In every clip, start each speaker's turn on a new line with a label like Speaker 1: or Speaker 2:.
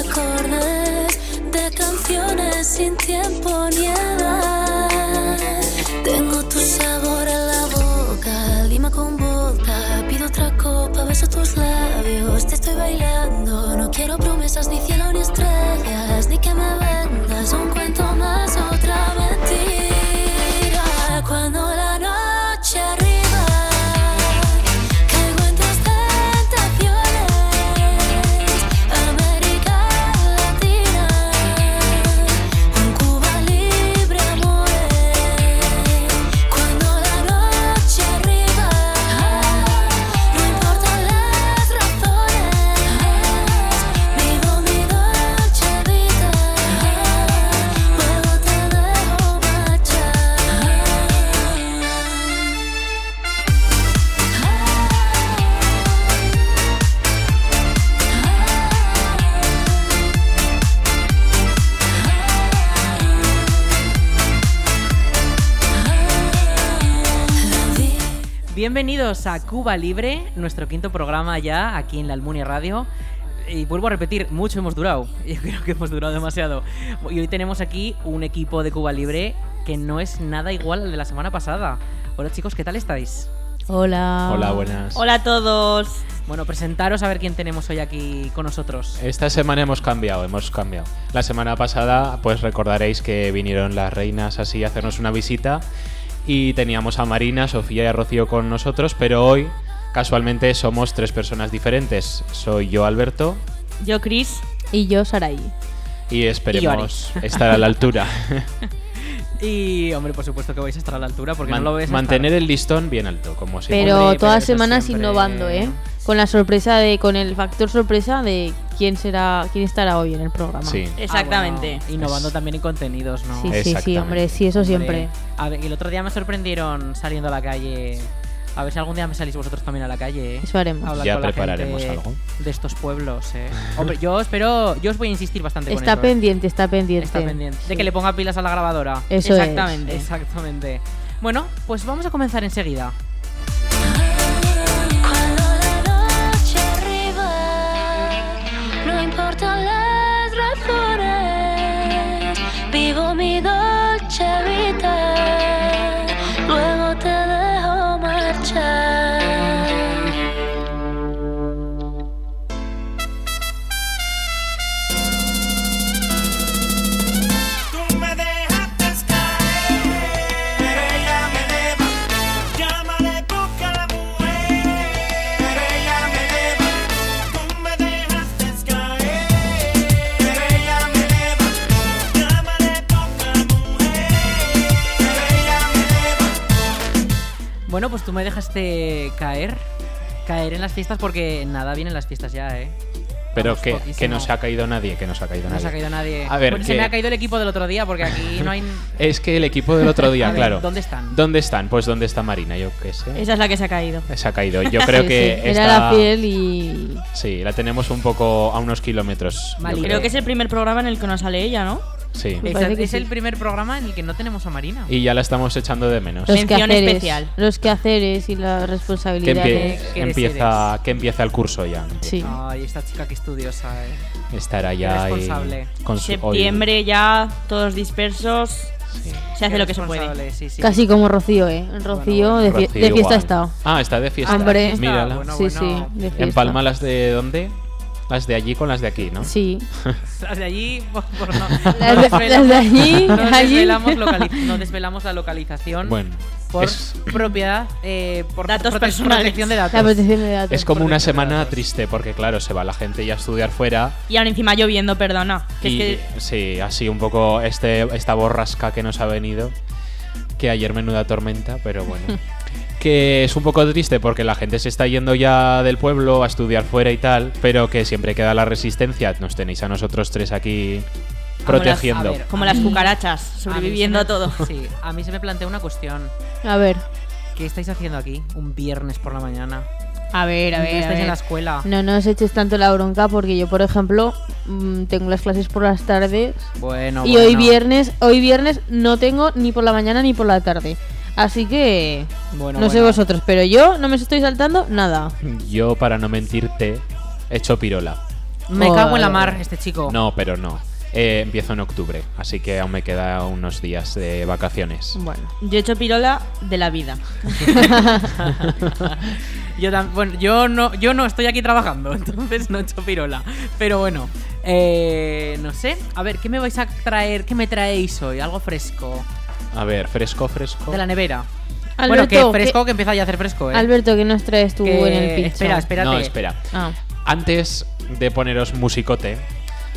Speaker 1: acordes de canciones sin tiempo ni edad. Tengo tu sabor en la boca, lima con boca. Pido otra copa, beso tus labios. Te estoy bailando, no quiero promesas, ni cielo, ni estrellas, ni que me vendas un cuento más, otra mentira. Cuando la noche arriba, caigo en tus tentaciones. América Latina, un Cuba libre, amores. Cuando la noche arriba, no importan las razones. Vivo mi noche vida, luego te dejo marchar.
Speaker 2: Bienvenidos a Cuba Libre, nuestro quinto programa ya aquí en la Almunia Radio. Y vuelvo a repetir, mucho hemos durado. Yo creo que hemos durado demasiado. Y hoy tenemos aquí un equipo de Cuba Libre que no es nada igual al de la semana pasada. Hola chicos, ¿qué tal estáis?
Speaker 3: Hola.
Speaker 2: Ah.
Speaker 4: Hola, buenas.
Speaker 3: Hola a todos.
Speaker 2: Bueno, presentaros a ver quién tenemos hoy aquí con nosotros.
Speaker 4: Esta semana hemos cambiado, hemos cambiado. La semana pasada, pues recordaréis que vinieron las reinas así a hacernos una visita y teníamos a Marina, Sofía y a Rocío con nosotros, pero hoy casualmente somos tres personas diferentes. Soy yo, Alberto,
Speaker 3: Yo, Chris.
Speaker 5: Y yo, Sarai.
Speaker 4: y esperemos estar a la altura.
Speaker 2: Y hombre, por supuesto que vais a estar a la altura porque
Speaker 4: Man-
Speaker 2: no lo ves.
Speaker 4: mantener el listón bien alto, como siempre.
Speaker 5: Pero
Speaker 2: Hombre,
Speaker 5: todas
Speaker 2: pero eso
Speaker 5: semanas
Speaker 2: siempre-
Speaker 5: innovando, ¿eh? Con la sorpresa de, con el factor sorpresa de quién será, quién estará hoy en el programa.
Speaker 4: Sí.
Speaker 3: Exactamente.
Speaker 2: Ah, innovando también en contenidos, ¿no?
Speaker 5: sí, sí, sí,
Speaker 4: Exactamente.
Speaker 5: hombre, sí, eso siempre.
Speaker 2: A ver, el otro día me sorprendieron saliendo a la calle. A ver si algún día me salís vosotros también a la calle. ¿eh?
Speaker 5: Eso haremos.
Speaker 2: A hablar
Speaker 4: Ya
Speaker 2: con la
Speaker 4: prepararemos
Speaker 2: gente
Speaker 4: algo.
Speaker 2: De estos pueblos, ¿eh? Hombre, yo espero. Yo os voy a insistir bastante
Speaker 5: Está
Speaker 2: con eso. ¿eh?
Speaker 5: pendiente, está pendiente.
Speaker 2: Está pendiente. De
Speaker 5: Sí.
Speaker 2: que le ponga pilas a la grabadora.
Speaker 5: Eso es.
Speaker 3: Exactamente.
Speaker 2: Exactamente. Bueno, pues vamos a comenzar enseguida.
Speaker 1: Cuando la noche arriba, no importan las razones, vivo mi dolce vida, luego te dejo marchar.
Speaker 6: Tú me dejaste caer, pero ella me eleva. Llámale poca la mujer, pero ella me eleva. Tú me dejaste caer, pero ella me eleva. Llámale poca la mujer, pero ella me eleva.
Speaker 2: Bueno, pues tú me dejaste caer. Caer en las fiestas porque nada vienen las fiestas ya, ¿eh?
Speaker 4: Pero
Speaker 2: Vamos,
Speaker 4: que, que
Speaker 2: poquísimo.
Speaker 4: no se ha caído nadie, que no se ha caído
Speaker 2: No
Speaker 4: nadie.
Speaker 2: se ha caído nadie.
Speaker 4: A ver,
Speaker 2: Bueno, se
Speaker 4: que-
Speaker 2: me ha caído el equipo del otro día porque aquí no hay.
Speaker 4: Es que el equipo del otro
Speaker 2: A
Speaker 4: día,
Speaker 2: ver,
Speaker 4: claro.
Speaker 2: ¿Dónde están?
Speaker 4: ¿Dónde están? Pues ¿dónde está Marina? Yo qué sé.
Speaker 3: Esa es la que se ha caído.
Speaker 4: Se ha caído. Yo creo
Speaker 5: Sí,
Speaker 4: que
Speaker 5: sí.
Speaker 4: está...
Speaker 5: Era la piel y.
Speaker 4: Sí, la tenemos un poco a unos kilómetros. yo
Speaker 2: Malito.
Speaker 3: Creo que es el primer programa en el que no sale ella, ¿no?
Speaker 4: Sí.
Speaker 5: Me
Speaker 2: Exacto,
Speaker 5: parece que
Speaker 2: es
Speaker 5: sí.
Speaker 2: el primer programa en el que no tenemos a Marina.
Speaker 4: Y ya la estamos echando de menos.
Speaker 5: Los
Speaker 3: Mención
Speaker 5: quehaceres,
Speaker 3: especial.
Speaker 5: los quehaceres y las
Speaker 4: Que,
Speaker 5: responsabilidades.
Speaker 4: empie-
Speaker 2: que
Speaker 4: empieza, que empieza el curso ya.
Speaker 5: Sí.
Speaker 2: Ay, esta chica que estudiosa, eh.
Speaker 4: Estará ya ahí
Speaker 2: Responsable.
Speaker 4: con su- hoy-
Speaker 3: Septiembre ya, todos dispersos.
Speaker 4: sí.
Speaker 3: Se hace
Speaker 2: Qué
Speaker 3: lo que se puede.
Speaker 2: responsable, sí, sí.
Speaker 5: Casi como Rocío, ¿eh? Rocío, de,
Speaker 4: Rocío
Speaker 5: fie- de fiesta
Speaker 4: igual.
Speaker 5: ha estado.
Speaker 4: Ah, está de fiesta.
Speaker 5: Hombre.
Speaker 4: Mírala.
Speaker 2: Bueno,
Speaker 5: sí,
Speaker 2: bueno.
Speaker 5: sí, de fiesta.
Speaker 4: En Palma las de dónde? Las de allí con las de aquí, ¿no?
Speaker 5: Sí.
Speaker 2: Las de allí, por, por no.
Speaker 5: Las de- las de allí,
Speaker 2: no
Speaker 5: allí.
Speaker 2: desvelamos locali- no desvelamos la localización
Speaker 4: Bueno,
Speaker 2: por
Speaker 4: es,
Speaker 2: propiedad, eh, por
Speaker 3: Datos
Speaker 2: prote-
Speaker 3: personales.
Speaker 2: protección de
Speaker 5: La
Speaker 2: datos.
Speaker 5: protección de datos.
Speaker 4: es como una
Speaker 2: protectorados.
Speaker 4: semana triste porque, claro, se va la gente ya a estudiar fuera.
Speaker 3: Y ahora encima lloviendo, perdona. Que
Speaker 4: Y
Speaker 3: es que
Speaker 4: sí, así un poco este, esta borrasca que nos ha venido. Que ayer menuda tormenta, pero bueno. que es un poco triste porque la gente se está yendo ya del pueblo a estudiar fuera y tal, pero que siempre queda la resistencia. Nos tenéis a nosotros tres aquí protegiendo.
Speaker 2: a ver,
Speaker 3: como las cucarachas, sobreviviendo a
Speaker 2: Mm. mí se me-
Speaker 3: todo.
Speaker 2: Sí, a mí se me plantea una cuestión.
Speaker 5: A ver.
Speaker 2: ¿Qué estáis haciendo aquí un viernes por la mañana?
Speaker 5: A ver, a
Speaker 2: ¿Qué
Speaker 5: ver.
Speaker 2: estáis en la escuela?
Speaker 5: No nos eches tanto la bronca porque yo, por ejemplo, mm, tengo las clases por las tardes
Speaker 2: Bueno,
Speaker 5: y
Speaker 2: bueno.
Speaker 5: hoy viernes, hoy viernes no tengo ni por la mañana ni por la tarde. Así que
Speaker 2: Bueno,
Speaker 5: no sé
Speaker 2: bueno.
Speaker 5: vosotros, pero yo no me estoy saltando nada.
Speaker 4: Yo, para no mentirte, he hecho pirola.
Speaker 2: Me cago en la mar, este chico.
Speaker 4: No, pero no. Eh, empiezo en octubre, así que aún me queda unos días de vacaciones.
Speaker 5: Bueno.
Speaker 3: Yo he hecho pirola de la vida.
Speaker 2: Yo, tam- bueno, yo, no, yo no estoy aquí trabajando, entonces no he hecho pirola. Pero bueno, eh, no sé. A ver, ¿qué me vais a traer? ¿Qué me traéis hoy? Algo fresco.
Speaker 4: A ver, fresco, fresco.
Speaker 2: De la nevera. bueno, que
Speaker 5: Alberto,
Speaker 2: fresco,
Speaker 5: ¿qué-
Speaker 2: que empieza ya a hacer fresco, ¿eh?
Speaker 5: Alberto, ¿qué nos traes tú
Speaker 2: Que-
Speaker 5: en el pincho?
Speaker 2: Espera, espérate.
Speaker 4: No, espera.
Speaker 5: Ah.
Speaker 4: Antes de poneros musicote,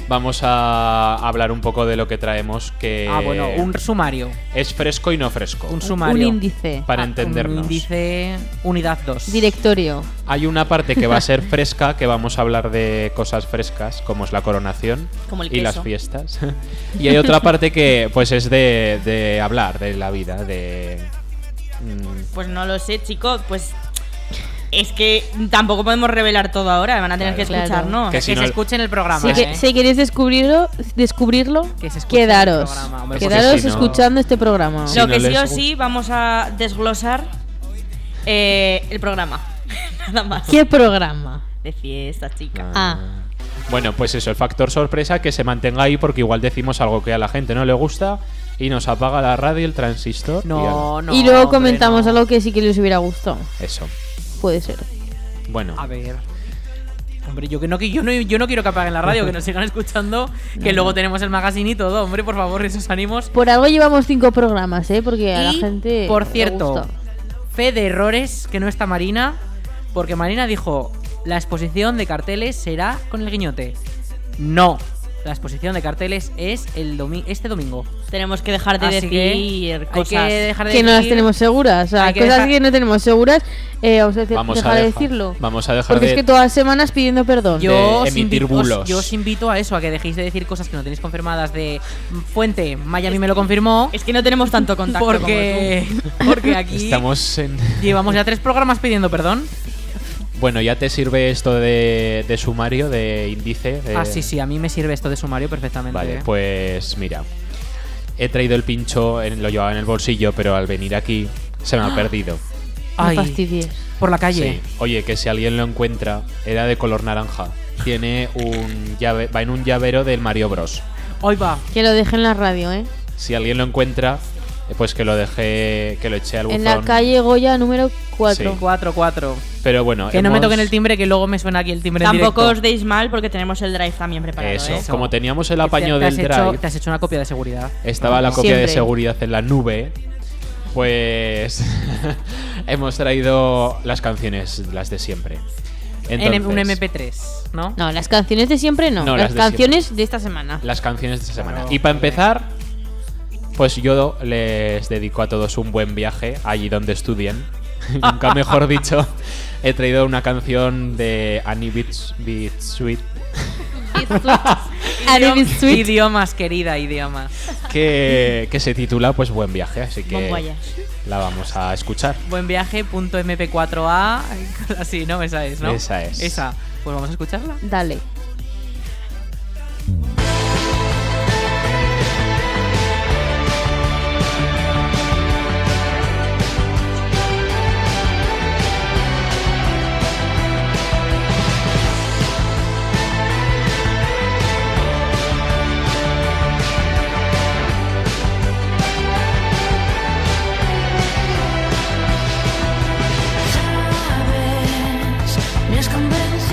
Speaker 4: vamos a hablar un poco de lo que traemos, que
Speaker 2: Ah, bueno, un sumario.
Speaker 4: es fresco y no fresco.
Speaker 2: Un
Speaker 5: Un
Speaker 2: sumario.
Speaker 5: índice.
Speaker 4: para
Speaker 2: Ah,
Speaker 4: entendernos.
Speaker 2: Un índice unidad 2.
Speaker 5: Directorio.
Speaker 4: Hay una parte que va a ser fresca, que vamos a hablar de cosas frescas, como es la coronación
Speaker 3: Como el
Speaker 4: y las
Speaker 3: queso.
Speaker 4: fiestas. y hay otra parte que pues es de, de hablar de la vida, de... mm,
Speaker 3: Pues no lo sé, chicos. Pues es que tampoco podemos revelar todo ahora. Van a tener
Speaker 4: Claro.
Speaker 3: que escucharnos.
Speaker 4: Que
Speaker 2: Que,
Speaker 4: si no-
Speaker 2: se escuche en el programa.
Speaker 5: Si, que-
Speaker 2: ¿eh?
Speaker 5: si queréis descubrirlo, descubrirlo
Speaker 2: Que se escuche el
Speaker 5: quedaros.
Speaker 2: programa, hombre, porque
Speaker 5: quedaros
Speaker 4: si no-
Speaker 5: escuchando este programa.
Speaker 4: Sí. Si
Speaker 3: Lo
Speaker 4: no
Speaker 3: que sí
Speaker 4: les
Speaker 3: o
Speaker 4: gusta.
Speaker 3: sí vamos a desglosar eh, el programa. Nada más.
Speaker 5: ¿Qué programa?
Speaker 3: De fiesta, chica.
Speaker 5: Ah.
Speaker 4: Bueno, pues eso, el factor sorpresa que se mantenga ahí porque igual decimos algo que a la gente no le gusta y nos apaga la radio, el transistor. y al-
Speaker 2: No, no.
Speaker 5: y luego
Speaker 2: hombre,
Speaker 5: comentamos
Speaker 2: no.
Speaker 5: algo que sí que les hubiera gustado.
Speaker 4: Eso.
Speaker 5: Puede ser.
Speaker 4: Bueno,
Speaker 2: A ver. Hombre, yo, que no, que yo, no, yo no quiero que apaguen la radio, que nos sigan escuchando, que luego tenemos el magazine y todo. Hombre, por favor, esos ánimos.
Speaker 5: Por algo llevamos cinco programas, ¿eh? Porque a la
Speaker 2: Y,
Speaker 5: gente.
Speaker 2: por
Speaker 5: le
Speaker 2: cierto,
Speaker 5: gusta.
Speaker 2: fe de errores que no está Marina, porque Marina dijo, la exposición de carteles será con el guiñote. No, la exposición de carteles es el domi- este domingo.
Speaker 3: Tenemos que dejar de
Speaker 2: Así que
Speaker 3: decir
Speaker 2: hay que
Speaker 3: cosas.
Speaker 2: dejar de
Speaker 5: que no las
Speaker 2: decir-
Speaker 5: tenemos seguras. O sea,
Speaker 2: hay que
Speaker 5: cosas
Speaker 2: dejar-
Speaker 5: que no tenemos seguras, eh, vamos a dece-
Speaker 4: vamos
Speaker 5: dejar
Speaker 4: a
Speaker 5: de
Speaker 4: dejar-
Speaker 5: decirlo.
Speaker 4: Vamos a dejar
Speaker 5: Porque
Speaker 4: de...
Speaker 5: es que todas las semanas pidiendo perdón.
Speaker 2: Yo
Speaker 4: de
Speaker 2: os
Speaker 4: emitir
Speaker 2: invito, os-
Speaker 4: bulos.
Speaker 2: yo os invito a eso, a que dejéis de decir cosas que no tenéis confirmadas de fuente, Miami me lo confirmó.
Speaker 3: Es que no tenemos tanto contacto
Speaker 2: porque, porque aquí
Speaker 4: Estamos en...
Speaker 2: llevamos ya tres programas pidiendo perdón.
Speaker 4: Bueno, ya te sirve esto de, de sumario, de índice. de-
Speaker 2: Ah, sí, sí, a mí me sirve esto de sumario perfectamente.
Speaker 4: Eh,
Speaker 2: ¿eh?
Speaker 4: Vale, pues mira. He traído el pincho, en- lo llevaba en el bolsillo, pero al venir aquí se me ha perdido.
Speaker 5: No
Speaker 2: ¡Ah! Ay,
Speaker 5: fastidies.
Speaker 2: por la calle.
Speaker 4: Sí. Oye, que si alguien lo encuentra, era de color naranja. Tiene un llave, va en un llavero del Mario Bros.
Speaker 2: Hoy va.
Speaker 5: Que lo deje en la radio, ¿eh?
Speaker 4: Si alguien lo encuentra, eh, pues que lo deje, que lo eche al buzón.
Speaker 5: En la calle Goya número 4.
Speaker 4: Sí.
Speaker 2: 4-4.
Speaker 4: Pero bueno,
Speaker 2: Que no me
Speaker 4: hemos-
Speaker 2: toquen el timbre, que luego me suena aquí el timbre. en
Speaker 3: Tampoco os
Speaker 2: directo.
Speaker 3: deis mal porque tenemos el drive también preparado.
Speaker 4: Eso.
Speaker 3: ¿eh?
Speaker 2: Eso.
Speaker 4: Como teníamos el
Speaker 2: Te-
Speaker 4: apaño
Speaker 2: te has
Speaker 4: del
Speaker 2: hecho-
Speaker 4: drive,
Speaker 2: Te has hecho una copia de seguridad.
Speaker 4: estaba la copia de
Speaker 5: Siempre.
Speaker 4: seguridad en la nube. Pues hemos traído las canciones, las de siempre.
Speaker 2: En
Speaker 4: Entonces,
Speaker 2: un MP3, ¿no?
Speaker 5: No, las canciones de siempre no.
Speaker 4: No, las
Speaker 5: las
Speaker 4: de
Speaker 5: canciones de esta semana.
Speaker 4: las canciones de esta semana.
Speaker 2: Claro,
Speaker 4: y para
Speaker 2: joder.
Speaker 4: empezar, pues yo les dedico a todos un buen viaje allí donde estudien. Nunca mejor dicho, he traído una canción de Annie Beats, Beats Sweet
Speaker 5: Ariel
Speaker 2: Idiom-
Speaker 5: Sweet.
Speaker 2: Idiomas, querida, idiomas.
Speaker 4: que, que se titula pues Buen Viaje, así que
Speaker 3: Bon voyage.
Speaker 4: la vamos a escuchar.
Speaker 2: Buen viaje.mp4a. Así, ¿no? Esa es, ¿no?
Speaker 4: Esa es.
Speaker 2: Esa. Pues vamos a escucharla.
Speaker 5: Dale.
Speaker 1: Sabes, me has convencido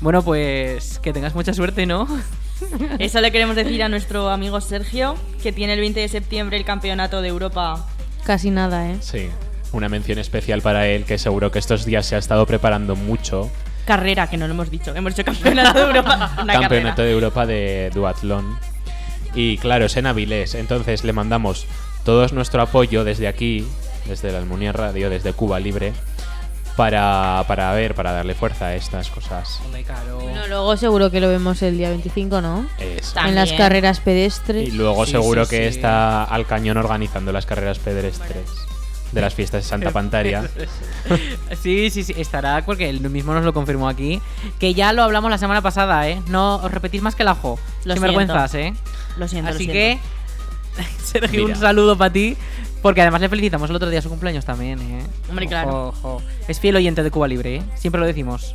Speaker 2: Bueno, pues que tengas mucha suerte, ¿no?
Speaker 3: Eso le queremos decir a nuestro amigo Sergio, que tiene el 20 de septiembre el campeonato de Europa.
Speaker 5: Casi nada, ¿eh?
Speaker 4: Sí. Una mención especial para él, que seguro que estos días se ha estado preparando mucho.
Speaker 3: Carrera, que no lo hemos dicho. Hemos dicho campeonato de Europa. Una
Speaker 4: Campeonato
Speaker 3: carrera.
Speaker 4: de Europa de duatlón. Y claro, es en Avilés. Entonces le mandamos todo nuestro apoyo desde aquí, desde la Almunia Radio, desde Cuba Libre, para, para ver, para darle fuerza a estas cosas.
Speaker 2: Hombre, claro.
Speaker 5: Bueno, luego seguro que lo vemos el día 25, ¿no?
Speaker 4: Eso.
Speaker 3: También.
Speaker 5: En las carreras
Speaker 4: Y
Speaker 5: pedestres.
Speaker 4: luego
Speaker 2: Sí,
Speaker 4: seguro
Speaker 2: sí,
Speaker 4: que
Speaker 2: sí.
Speaker 4: está al cañón organizando las carreras pedestres de las fiestas de Santa Pantaria.
Speaker 2: Sí, sí, sí, estará porque él mismo nos lo confirmó aquí. Que ya lo hablamos la semana pasada, ¿eh? No os repetís más que el ajo.
Speaker 3: Lo
Speaker 2: Sin
Speaker 3: siento.
Speaker 2: vergüenzas, ¿eh?
Speaker 3: Lo siento, lo
Speaker 2: Así
Speaker 3: siento.
Speaker 2: que, Sergio, un
Speaker 4: Mira.
Speaker 2: saludo para ti. Porque además le felicitamos el otro día su cumpleaños también, ¿eh?
Speaker 3: Hombre, claro.
Speaker 2: Ojo, ojo. Es fiel oyente de Cuba Libre, ¿eh? Siempre lo decimos.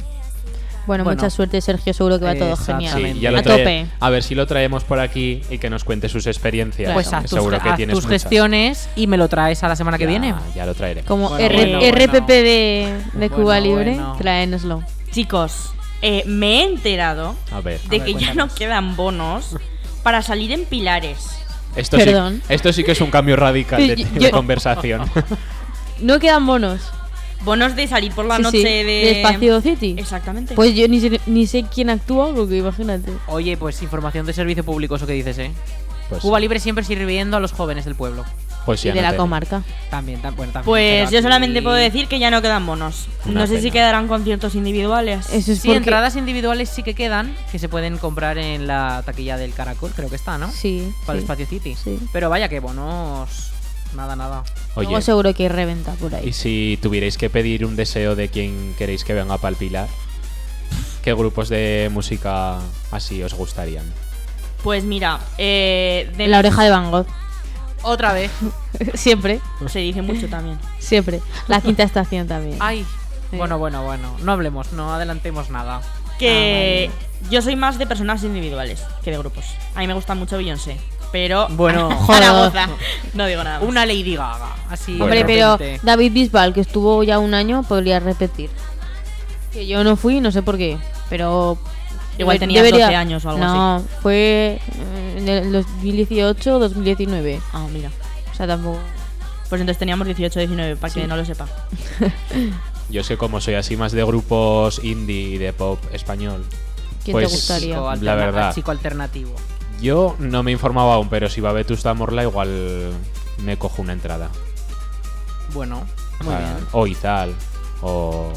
Speaker 5: Bueno,
Speaker 2: Bueno.
Speaker 5: mucha suerte, Sergio. Seguro que va todo
Speaker 2: Exactamente.
Speaker 5: genial.
Speaker 4: Sí, ya lo
Speaker 5: A
Speaker 4: trae-
Speaker 5: tope.
Speaker 4: A ver si lo traemos por aquí y que nos cuente sus experiencias.
Speaker 2: Pues
Speaker 4: que
Speaker 2: haz tus,
Speaker 4: seguro que
Speaker 2: haz
Speaker 4: tienes
Speaker 2: tus
Speaker 4: muchas.
Speaker 2: gestiones y me lo traes a la semana que
Speaker 4: Ya,
Speaker 2: viene.
Speaker 4: Ya lo traeré.
Speaker 5: Como
Speaker 2: Bueno,
Speaker 5: R-
Speaker 2: bueno, bueno.
Speaker 5: RPP de, de
Speaker 2: Bueno,
Speaker 5: Cuba Libre,
Speaker 2: bueno.
Speaker 5: tráenoslo.
Speaker 3: Chicos, eh, me he enterado
Speaker 4: A ver.
Speaker 3: de
Speaker 2: ver,
Speaker 3: que ya no
Speaker 2: cuéntanos.
Speaker 3: quedan bonos para salir en pilares.
Speaker 4: Esto sí,
Speaker 5: Perdón.
Speaker 4: esto sí que es un cambio radical de,
Speaker 5: Yo-
Speaker 4: de
Speaker 5: yo-
Speaker 4: conversación.
Speaker 5: No quedan bonos.
Speaker 3: Bonos de salir por la
Speaker 5: Sí,
Speaker 3: noche
Speaker 5: sí,
Speaker 3: de...
Speaker 5: Espacio City.
Speaker 3: Exactamente.
Speaker 5: Pues yo ni sé, ni sé quién actúa, porque imagínate.
Speaker 2: Oye, pues información de servicio público, eso que dices, ¿eh?
Speaker 4: Pues,
Speaker 2: Cuba Libre siempre sirviendo a los jóvenes del pueblo.
Speaker 4: pues
Speaker 5: y
Speaker 4: ya
Speaker 5: de
Speaker 4: no
Speaker 5: la
Speaker 4: te-
Speaker 5: comarca.
Speaker 2: También, tan, bueno, también.
Speaker 3: Pues
Speaker 2: pero
Speaker 3: yo solamente
Speaker 2: aquí-
Speaker 3: puedo decir que ya no quedan bonos.
Speaker 4: Una
Speaker 3: no sé si
Speaker 4: pena.
Speaker 3: quedarán conciertos individuales.
Speaker 5: Eso es
Speaker 2: Sí,
Speaker 5: porque-
Speaker 2: entradas individuales sí que quedan, que se pueden comprar en la taquilla del Caracol, creo que está, ¿no?
Speaker 5: Sí.
Speaker 2: Para el
Speaker 5: sí.
Speaker 2: Espacio City.
Speaker 5: Sí.
Speaker 2: Pero vaya que bonos. Nada, nada.
Speaker 4: Oye,
Speaker 5: Luego seguro que hay reventa por ahí.
Speaker 4: y si tuvierais que pedir un deseo de quien queréis que venga para el Pilar, ¿qué grupos de música así os gustarían?
Speaker 3: Pues mira, eh, de
Speaker 5: La oreja de Van Gogh.
Speaker 2: Otra vez.
Speaker 5: siempre,
Speaker 3: Pues se dice mucho también.
Speaker 5: siempre. La quinta estación también.
Speaker 2: Ay.
Speaker 5: Sí.
Speaker 2: Bueno, bueno, bueno. No hablemos, no adelantemos nada. Ah,
Speaker 3: Que yo soy más de personas individuales que de grupos. A mí me gusta mucho Beyoncé, pero
Speaker 2: Bueno.
Speaker 3: Zaragoza. No digo nada. más.
Speaker 2: Una Lady Gaga. Así.
Speaker 4: Bueno.
Speaker 5: Hombre,
Speaker 2: de
Speaker 5: pero
Speaker 2: repente.
Speaker 5: David Bisbal, que estuvo ya un año, podría repetir. Que yo no fui, no sé por qué, pero...
Speaker 3: Igual
Speaker 5: debe-
Speaker 3: tenías 12 años o algo
Speaker 5: no, fue eh, en el 2018 2019.
Speaker 3: Ah, mira.
Speaker 5: O sea, tampoco...
Speaker 3: Pues entonces teníamos 18, 19, para que no lo sepa.
Speaker 4: Yo es que como soy así más de grupos indie y de pop español,
Speaker 5: ¿Quién
Speaker 4: Pues,
Speaker 5: te gustaría?
Speaker 2: Chico
Speaker 4: La
Speaker 2: alterna-
Speaker 4: verdad.
Speaker 2: Chico alternativo.
Speaker 4: yo no me he informado aún, pero si va a Vetusta Morla igual me cojo una entrada.
Speaker 2: Bueno. Muy
Speaker 4: Ah,
Speaker 2: bien.
Speaker 4: O Izal, o...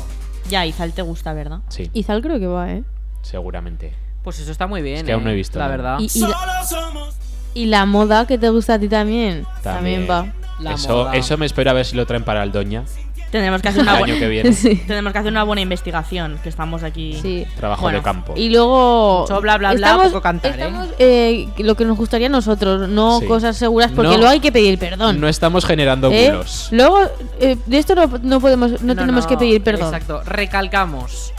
Speaker 3: Ya, Izal te gusta, ¿verdad?
Speaker 4: Sí,
Speaker 5: Izal creo que va, ¿eh?
Speaker 4: seguramente.
Speaker 2: Pues eso está muy bien.
Speaker 4: Es que aún no he
Speaker 2: eh,
Speaker 4: visto
Speaker 2: La
Speaker 4: nada.
Speaker 2: verdad.
Speaker 5: Y, y la,
Speaker 6: Solo somos
Speaker 5: y la moda que te gusta a ti también. También, va.
Speaker 2: La
Speaker 4: Eso,
Speaker 2: moda.
Speaker 4: eso me espero a ver si lo traen para el Doña
Speaker 3: Tendremos que hacer
Speaker 4: el
Speaker 3: una,
Speaker 4: año
Speaker 3: buena,
Speaker 4: que viene.
Speaker 5: Sí.
Speaker 3: tendremos que hacer una buena investigación, que estamos aquí.
Speaker 5: sí.
Speaker 4: Trabajo
Speaker 3: Bueno,
Speaker 4: de campo.
Speaker 5: Y luego.
Speaker 2: Mucho bla, bla, bla, poco cantar, ¿eh?
Speaker 5: estamos, eh, lo que nos gustaría a nosotros, no
Speaker 4: Sí.
Speaker 5: cosas seguras, porque
Speaker 4: No.
Speaker 5: luego hay que pedir perdón.
Speaker 4: No estamos generando
Speaker 5: ¿eh?
Speaker 4: bulos.
Speaker 5: Luego, eh, de esto no, no podemos, no, tenemos que pedir perdón.
Speaker 2: Exacto, recalcamos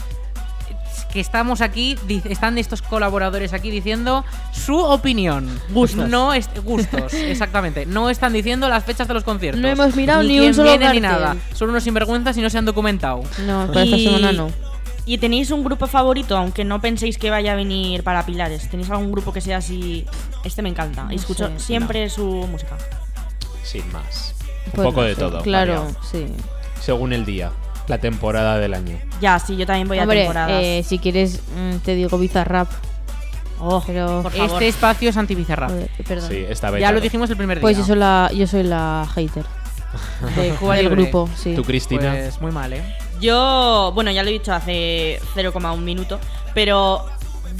Speaker 2: que estamos aquí, di- están estos colaboradores aquí diciendo su opinión. Gustos. No es, gustos, exactamente. No están diciendo las fechas de los conciertos.
Speaker 5: No hemos mirado ni un
Speaker 2: quién
Speaker 5: solo
Speaker 2: viene, ni
Speaker 5: cartel.
Speaker 2: nada. Son unos sinvergüenzas y no se han documentado.
Speaker 5: No, pues para
Speaker 3: Y-
Speaker 5: esta semana no.
Speaker 3: ¿Y tenéis un grupo favorito, aunque no penséis que vaya a venir para Pilares? ¿Tenéis algún grupo que sea así? Este me encanta. y escucho
Speaker 5: sé,
Speaker 3: siempre su música.
Speaker 4: Sin más. Un
Speaker 5: Pues
Speaker 4: poco
Speaker 5: no
Speaker 4: de
Speaker 5: sé.
Speaker 4: todo.
Speaker 5: Claro,
Speaker 4: variado.
Speaker 5: sí.
Speaker 4: Según el día, la temporada del año.
Speaker 3: Ya, sí, yo también voy a
Speaker 5: Hombre,
Speaker 3: temporadas.
Speaker 5: eh, si quieres, mm, te digo bizarrap.
Speaker 3: Oh,
Speaker 5: pero-
Speaker 3: por favor.
Speaker 2: Este espacio es antibizarra.
Speaker 5: Joder, Perdón.
Speaker 4: Sí, esta vez.
Speaker 2: Ya lo dijimos el primer día.
Speaker 5: Pues yo soy la, yo soy la hater
Speaker 2: de Cuba
Speaker 5: del
Speaker 2: Libre.
Speaker 5: grupo, sí.
Speaker 4: Tú, Cristina.
Speaker 2: Pues muy mal, ¿eh?
Speaker 3: Yo, bueno, ya lo he dicho hace 0,1 minuto, pero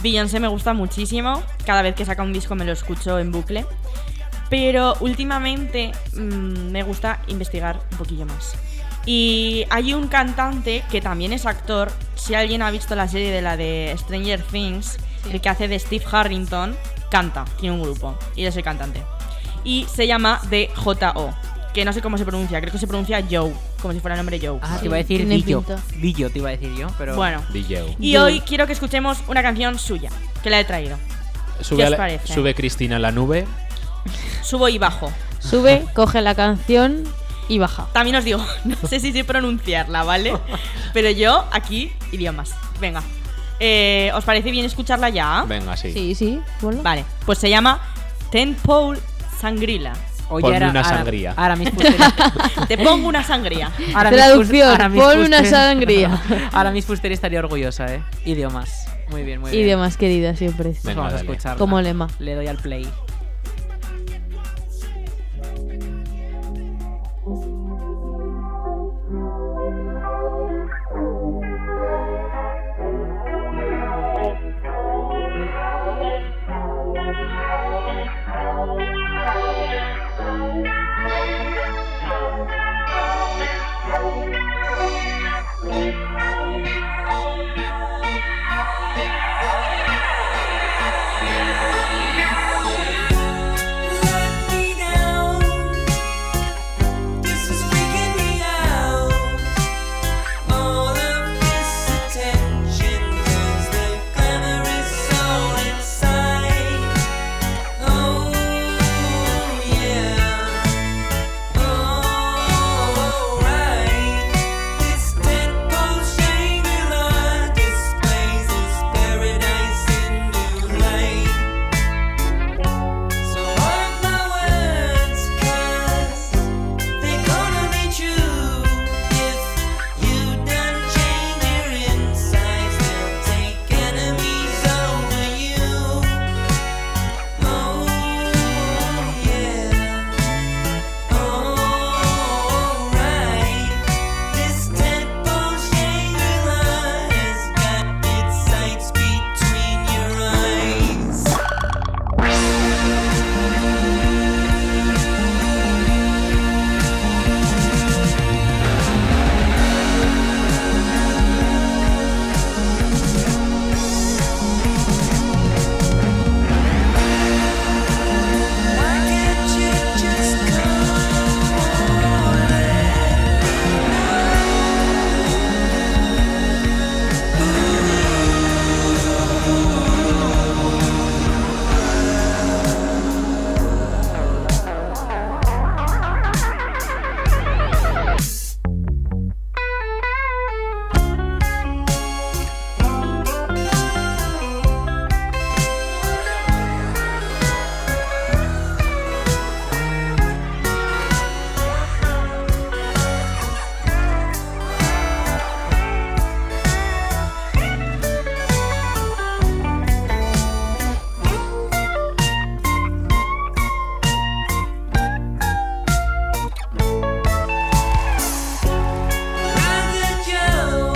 Speaker 3: Beyoncé me gusta muchísimo. Cada vez que saca un disco me lo escucho en bucle. Pero últimamente mm, me gusta investigar un poquillo más. Y hay un cantante que también es actor. Si alguien ha visto la serie de la de Stranger Things, el que hace de Steve Harrington, canta, tiene un grupo. Y yo soy cantante. Y se llama DJO, que no sé cómo se pronuncia, creo que se pronuncia Joe, como si fuera el nombre Joe.
Speaker 2: Ah, te iba a decir
Speaker 5: tiene
Speaker 2: Dillo.
Speaker 5: pinta.
Speaker 2: Dillo te iba a decir yo, pero...
Speaker 3: Bueno,
Speaker 4: DJ.
Speaker 3: y
Speaker 5: Yo-
Speaker 3: hoy quiero que escuchemos una canción suya, que la he traído.
Speaker 4: Sube,
Speaker 3: ¿qué
Speaker 4: a
Speaker 3: os
Speaker 4: la-
Speaker 3: parece?
Speaker 4: sube Cristina a la nube.
Speaker 3: Subo y bajo.
Speaker 5: Sube, coge la canción y baja.
Speaker 3: También os digo, no sé si sé pronunciarla, ¿vale? Pero yo aquí idiomas. Venga. Eh, ¿Os parece bien escucharla ya?
Speaker 4: Venga, sí.
Speaker 5: Sí, sí, ponla.
Speaker 3: Vale, pues se llama Ten Pole Sangrila.
Speaker 2: Oye,
Speaker 4: Ponme
Speaker 2: ahora-
Speaker 4: una
Speaker 2: ahora-
Speaker 4: sangría.
Speaker 2: Ahora mismo seré-
Speaker 3: Te pongo una sangría.
Speaker 2: Ahora
Speaker 5: Traducción,
Speaker 2: mis pus-
Speaker 5: pon una
Speaker 2: pus-
Speaker 5: sangría.
Speaker 2: Ahora mis Fuster estaría orgullosa, ¿eh? Idiomas. Muy bien, muy bien.
Speaker 5: Idiomas queridas siempre.
Speaker 2: Pues
Speaker 4: Venga,
Speaker 2: vamos a
Speaker 4: dale.
Speaker 2: escucharla.
Speaker 5: Como lema.
Speaker 2: Le doy al play.
Speaker 7: Oh, Light. So mark my words, 'cause they're gonna be true. If you don't change your insides, they'll take enemies over you. Oh yeah, alright. This tentpole Shangri-La has got its sights between your eyes. Why can't you just Brother Joe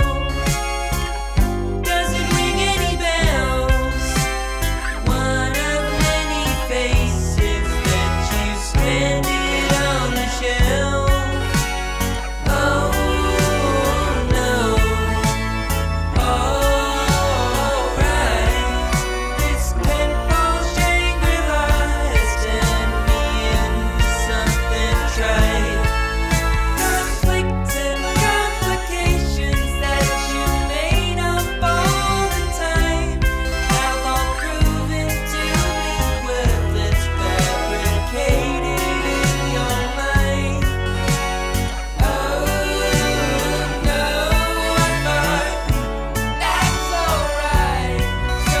Speaker 7: doesn't ring any bells. One of many faces that you stranded on the shelf. Oh no, alright. This pinball Shangri-La has turned me into something trite. Conflicts and complications that you made up all the time have all proven to be worthless, fabricated in your mind. Oh no, I thought that's alright. So I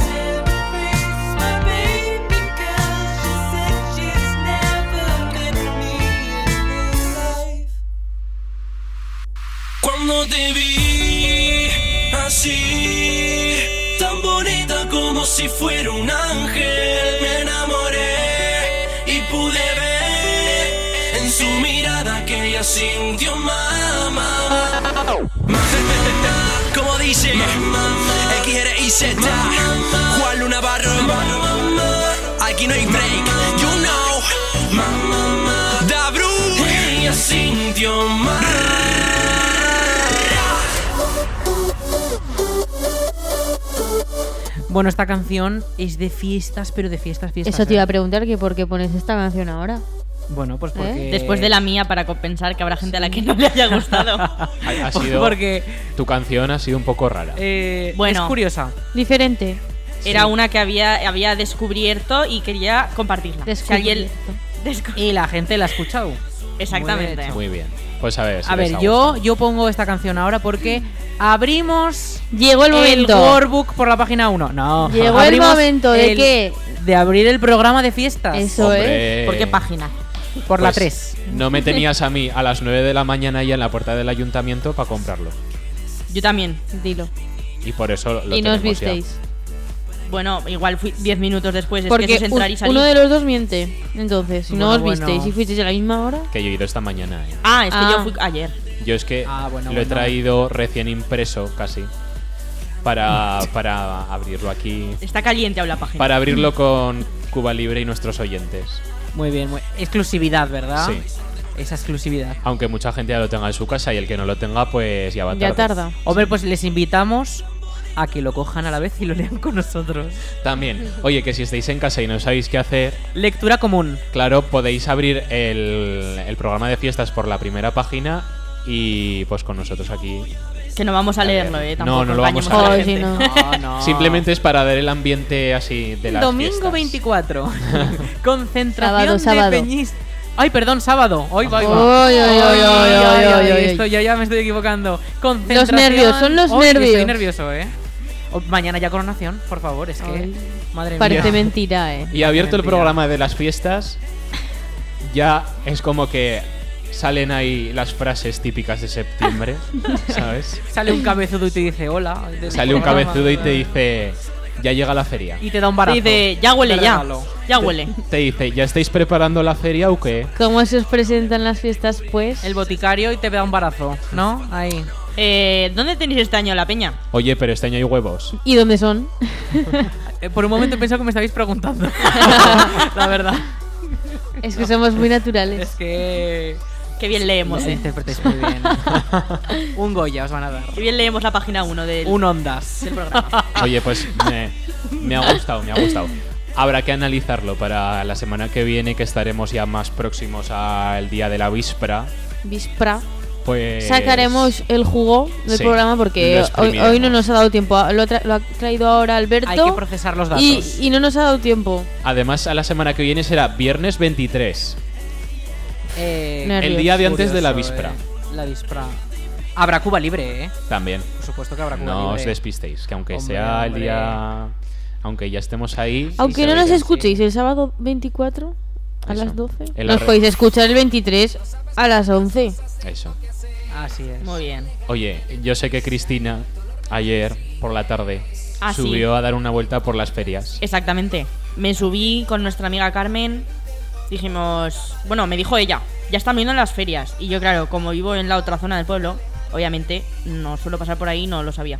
Speaker 7: did face my baby girl. She said she's never met me in this life.
Speaker 6: Cuando te vi así, tan bonita como si fuera un ángel, me enamoré y pude ver en su mirada que ella sintió mamá. Como dice XRIZ, Juan Luna Barro. Aquí no hay break, you know. Da Bru, ella sintió mamá.
Speaker 2: Bueno, esta canción es de fiestas, pero de fiestas, fiestas.
Speaker 5: Eso te iba
Speaker 2: ¿eh?
Speaker 5: a ¿Eh? preguntar que por qué pones esta canción ahora.
Speaker 2: Bueno, pues porque.
Speaker 3: Después de la mía para compensar que habrá gente a la que no le haya gustado.
Speaker 4: Ha, ha
Speaker 2: Por-
Speaker 4: sido,
Speaker 2: Porque.
Speaker 4: Tu canción ha sido un poco rara.
Speaker 2: eh,
Speaker 3: Bueno.
Speaker 2: Es curiosa.
Speaker 5: Diferente.
Speaker 3: Era una que había, había descubierto y quería compartirla. Si alguien- Descu-
Speaker 2: Y la gente la ha escuchado.
Speaker 3: Exactamente.
Speaker 2: Muy bien hecho.
Speaker 4: Muy bien. Pues a ver. si
Speaker 2: A
Speaker 4: les
Speaker 2: ver,
Speaker 4: ha
Speaker 2: yo,
Speaker 4: gustado.
Speaker 2: yo pongo esta canción ahora porque Abrimos
Speaker 5: Llegó el momento.
Speaker 2: workbook por la página 1. No.
Speaker 5: Llegó el
Speaker 2: abrimos
Speaker 5: momento, ¿de
Speaker 2: el-
Speaker 5: qué?
Speaker 2: De abrir el programa de fiestas.
Speaker 5: Eso es.
Speaker 4: Hombre,
Speaker 3: ¿Por qué Eh, página?
Speaker 2: Por la
Speaker 4: pues,
Speaker 2: 3.
Speaker 4: No me tenías a mí a las 9 de la mañana ya en la puerta del ayuntamiento para comprarlo.
Speaker 3: Yo también.
Speaker 5: Dilo.
Speaker 4: Y por eso lo
Speaker 5: y no os
Speaker 4: tenemos ya.
Speaker 5: visteis.
Speaker 3: Bueno, igual fui 10 minutos después. es que
Speaker 5: Porque
Speaker 3: eso es entrar y
Speaker 5: un-
Speaker 3: salir.
Speaker 5: uno de los dos miente. Entonces, si no os
Speaker 2: Bueno,
Speaker 5: visteis
Speaker 2: bueno.
Speaker 5: y fuisteis a la misma hora.
Speaker 4: Que yo he ido esta mañana. eh.
Speaker 3: Ah, es que
Speaker 5: Ah.
Speaker 3: yo fui ayer.
Speaker 4: Yo es que
Speaker 2: Ah, bueno,
Speaker 4: lo he
Speaker 2: bueno.
Speaker 4: traído recién impreso casi para, para abrirlo aquí.
Speaker 3: Está caliente aún la página.
Speaker 4: Para abrirlo con Cuba Libre y nuestros oyentes.
Speaker 2: Muy bien, muy- exclusividad, ¿verdad?
Speaker 4: Sí.
Speaker 2: Esa exclusividad.
Speaker 4: Aunque mucha gente ya lo tenga en su casa y el que no lo tenga, pues ya va tarde.
Speaker 5: Ya tarda.
Speaker 2: Hombre, pues les invitamos a que lo cojan a la vez y lo lean con nosotros.
Speaker 4: También, oye, que si estáis en casa y no sabéis qué hacer,
Speaker 2: Lectura común.
Speaker 4: claro, podéis abrir el, el programa de fiestas por la primera página y pues con nosotros aquí.
Speaker 3: Que no vamos a
Speaker 4: A ver.
Speaker 3: leerlo, eh.
Speaker 4: No,
Speaker 3: tampoco
Speaker 4: no lo vamos
Speaker 3: engañemos
Speaker 4: a
Speaker 3: la
Speaker 5: leer.
Speaker 3: gente.
Speaker 5: Ay, sí,
Speaker 2: No, no.
Speaker 4: Simplemente es para dar el ambiente así de las
Speaker 2: Domingo
Speaker 4: fiestas.
Speaker 2: 24. Concentración
Speaker 5: Sábado,
Speaker 2: de
Speaker 5: sábado.
Speaker 2: Peñis. Ay, perdón, sábado. Hoy va, hoy va.
Speaker 5: Oy, oy, oy, oy, oy, oy, oy.
Speaker 2: Esto ya, ya me estoy equivocando. Concentración.
Speaker 5: nervios, son los
Speaker 2: Ay, que Estoy
Speaker 5: nervios.
Speaker 2: nervioso, eh. O- mañana ya coronación, por favor, es que.
Speaker 5: Ay.
Speaker 2: Madre
Speaker 5: Parece
Speaker 2: mía.
Speaker 5: mentira, eh.
Speaker 4: Y abierto el
Speaker 2: Mentira.
Speaker 4: programa de las fiestas, ya es como que salen ahí las frases típicas de septiembre, ¿sabes?
Speaker 2: Sale un cabezudo y te dice hola. del
Speaker 4: Sale un
Speaker 2: programa.
Speaker 4: cabezudo y te dice, ya llega la feria.
Speaker 2: Y te da un barazo.
Speaker 3: Dice, ya huele,
Speaker 2: Te
Speaker 3: ya.
Speaker 2: regalo.
Speaker 3: Ya huele.
Speaker 4: Te dice, ¿ya estáis preparando la feria o qué?
Speaker 5: ¿Cómo se os presentan las fiestas, pues?
Speaker 2: El boticario y te da un barazo, ¿no? Ahí.
Speaker 3: Eh, ¿Dónde tenéis este año la peña?
Speaker 4: Oye, pero este año hay huevos.
Speaker 5: ¿Y dónde son?
Speaker 2: Eh, Por un momento he pensado que me estabais preguntando. La verdad.
Speaker 5: Es que somos muy naturales.
Speaker 2: Es que.
Speaker 3: Qué bien leemos,
Speaker 2: Os
Speaker 3: eh.
Speaker 2: interpretáis muy bien. un Goya os van a dar.
Speaker 3: Qué bien leemos la página 1 del,
Speaker 2: Un Ondas.
Speaker 3: del programa.
Speaker 5: Ah.
Speaker 4: Oye, pues me, me ha gustado, me ha gustado. Habrá que analizarlo para la semana que viene, que estaremos ya más próximos al día de la víspera.
Speaker 5: Vispra.
Speaker 4: Pues
Speaker 5: Sacaremos el jugo del
Speaker 4: sí,
Speaker 5: programa
Speaker 4: lo
Speaker 5: porque hoy,
Speaker 4: exprimiremos.
Speaker 5: hoy no nos ha dado tiempo. Lo, ha tra- lo ha traído ahora Alberto.
Speaker 2: Hay que procesar los datos.
Speaker 5: y, y no nos ha dado tiempo.
Speaker 4: Además, a la semana que viene será viernes 23.
Speaker 2: Eh,
Speaker 5: Nervios.
Speaker 4: El día de antes
Speaker 2: curioso,
Speaker 4: de la víspera.
Speaker 2: eh. La víspera. Habrá Cuba libre, ¿eh?
Speaker 4: También.
Speaker 2: Por supuesto que habrá Cuba
Speaker 4: No os
Speaker 2: libre.
Speaker 4: despistéis, que aunque
Speaker 2: Hombre,
Speaker 4: sea el
Speaker 2: hombre.
Speaker 4: día... Aunque ya estemos ahí... sí
Speaker 5: Aunque
Speaker 4: se
Speaker 5: no
Speaker 4: ve
Speaker 5: nos
Speaker 4: que-
Speaker 5: escuchéis el sábado 24 a
Speaker 4: Eso.
Speaker 5: las 12.
Speaker 4: En la
Speaker 5: Nos
Speaker 4: red.
Speaker 5: podéis escuchar el 23 a las 11.
Speaker 4: Eso.
Speaker 2: Así es.
Speaker 3: Muy bien.
Speaker 4: Oye, yo sé que Cristina ayer por la tarde
Speaker 3: Ah, sí.
Speaker 4: subió a dar una vuelta por las ferias.
Speaker 3: Exactamente. Me subí con nuestra amiga Carmen. Dijimos, bueno, me dijo ella, ya están viendo las ferias. Y yo, claro, como vivo en la otra zona del pueblo, obviamente no suelo pasar por ahí, no lo sabía.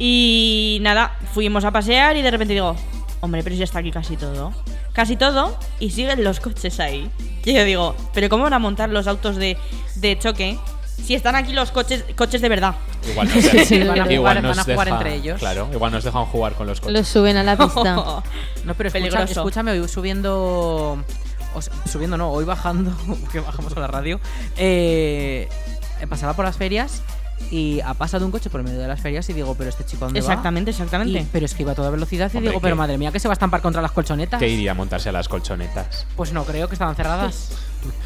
Speaker 3: Y nada, fuimos a pasear y de repente digo, hombre, pero si ya está aquí casi todo. Casi todo y siguen los coches ahí. Y yo digo, pero ¿cómo van a montar los autos de, de choque si están aquí los coches, coches de verdad?
Speaker 4: Igual nos, dejan-
Speaker 5: Sí, van a
Speaker 2: jugar-
Speaker 4: igual
Speaker 2: van a
Speaker 4: nos
Speaker 2: jugar
Speaker 4: dejan-
Speaker 2: entre ellos.
Speaker 4: Claro, igual nos dejan jugar con los coches.
Speaker 5: Los suben a la pista.
Speaker 2: No, pero escucha-
Speaker 3: Peligroso.
Speaker 2: escúchame, hoy subiendo. o sea, subiendo no, hoy bajando, que bajamos a la radio. eh, pasaba por las ferias y ha pasado un coche por medio de las ferias y digo, pero este chico, ¿a ¿dónde va?
Speaker 3: Exactamente, exactamente.
Speaker 2: Y- pero es que iba a toda velocidad y
Speaker 4: Hombre,
Speaker 2: digo, pero
Speaker 4: que-
Speaker 2: madre mía, que se va a estampar contra las colchonetas.
Speaker 4: Que iría a montarse a las colchonetas.
Speaker 2: Pues no, creo que estaban cerradas.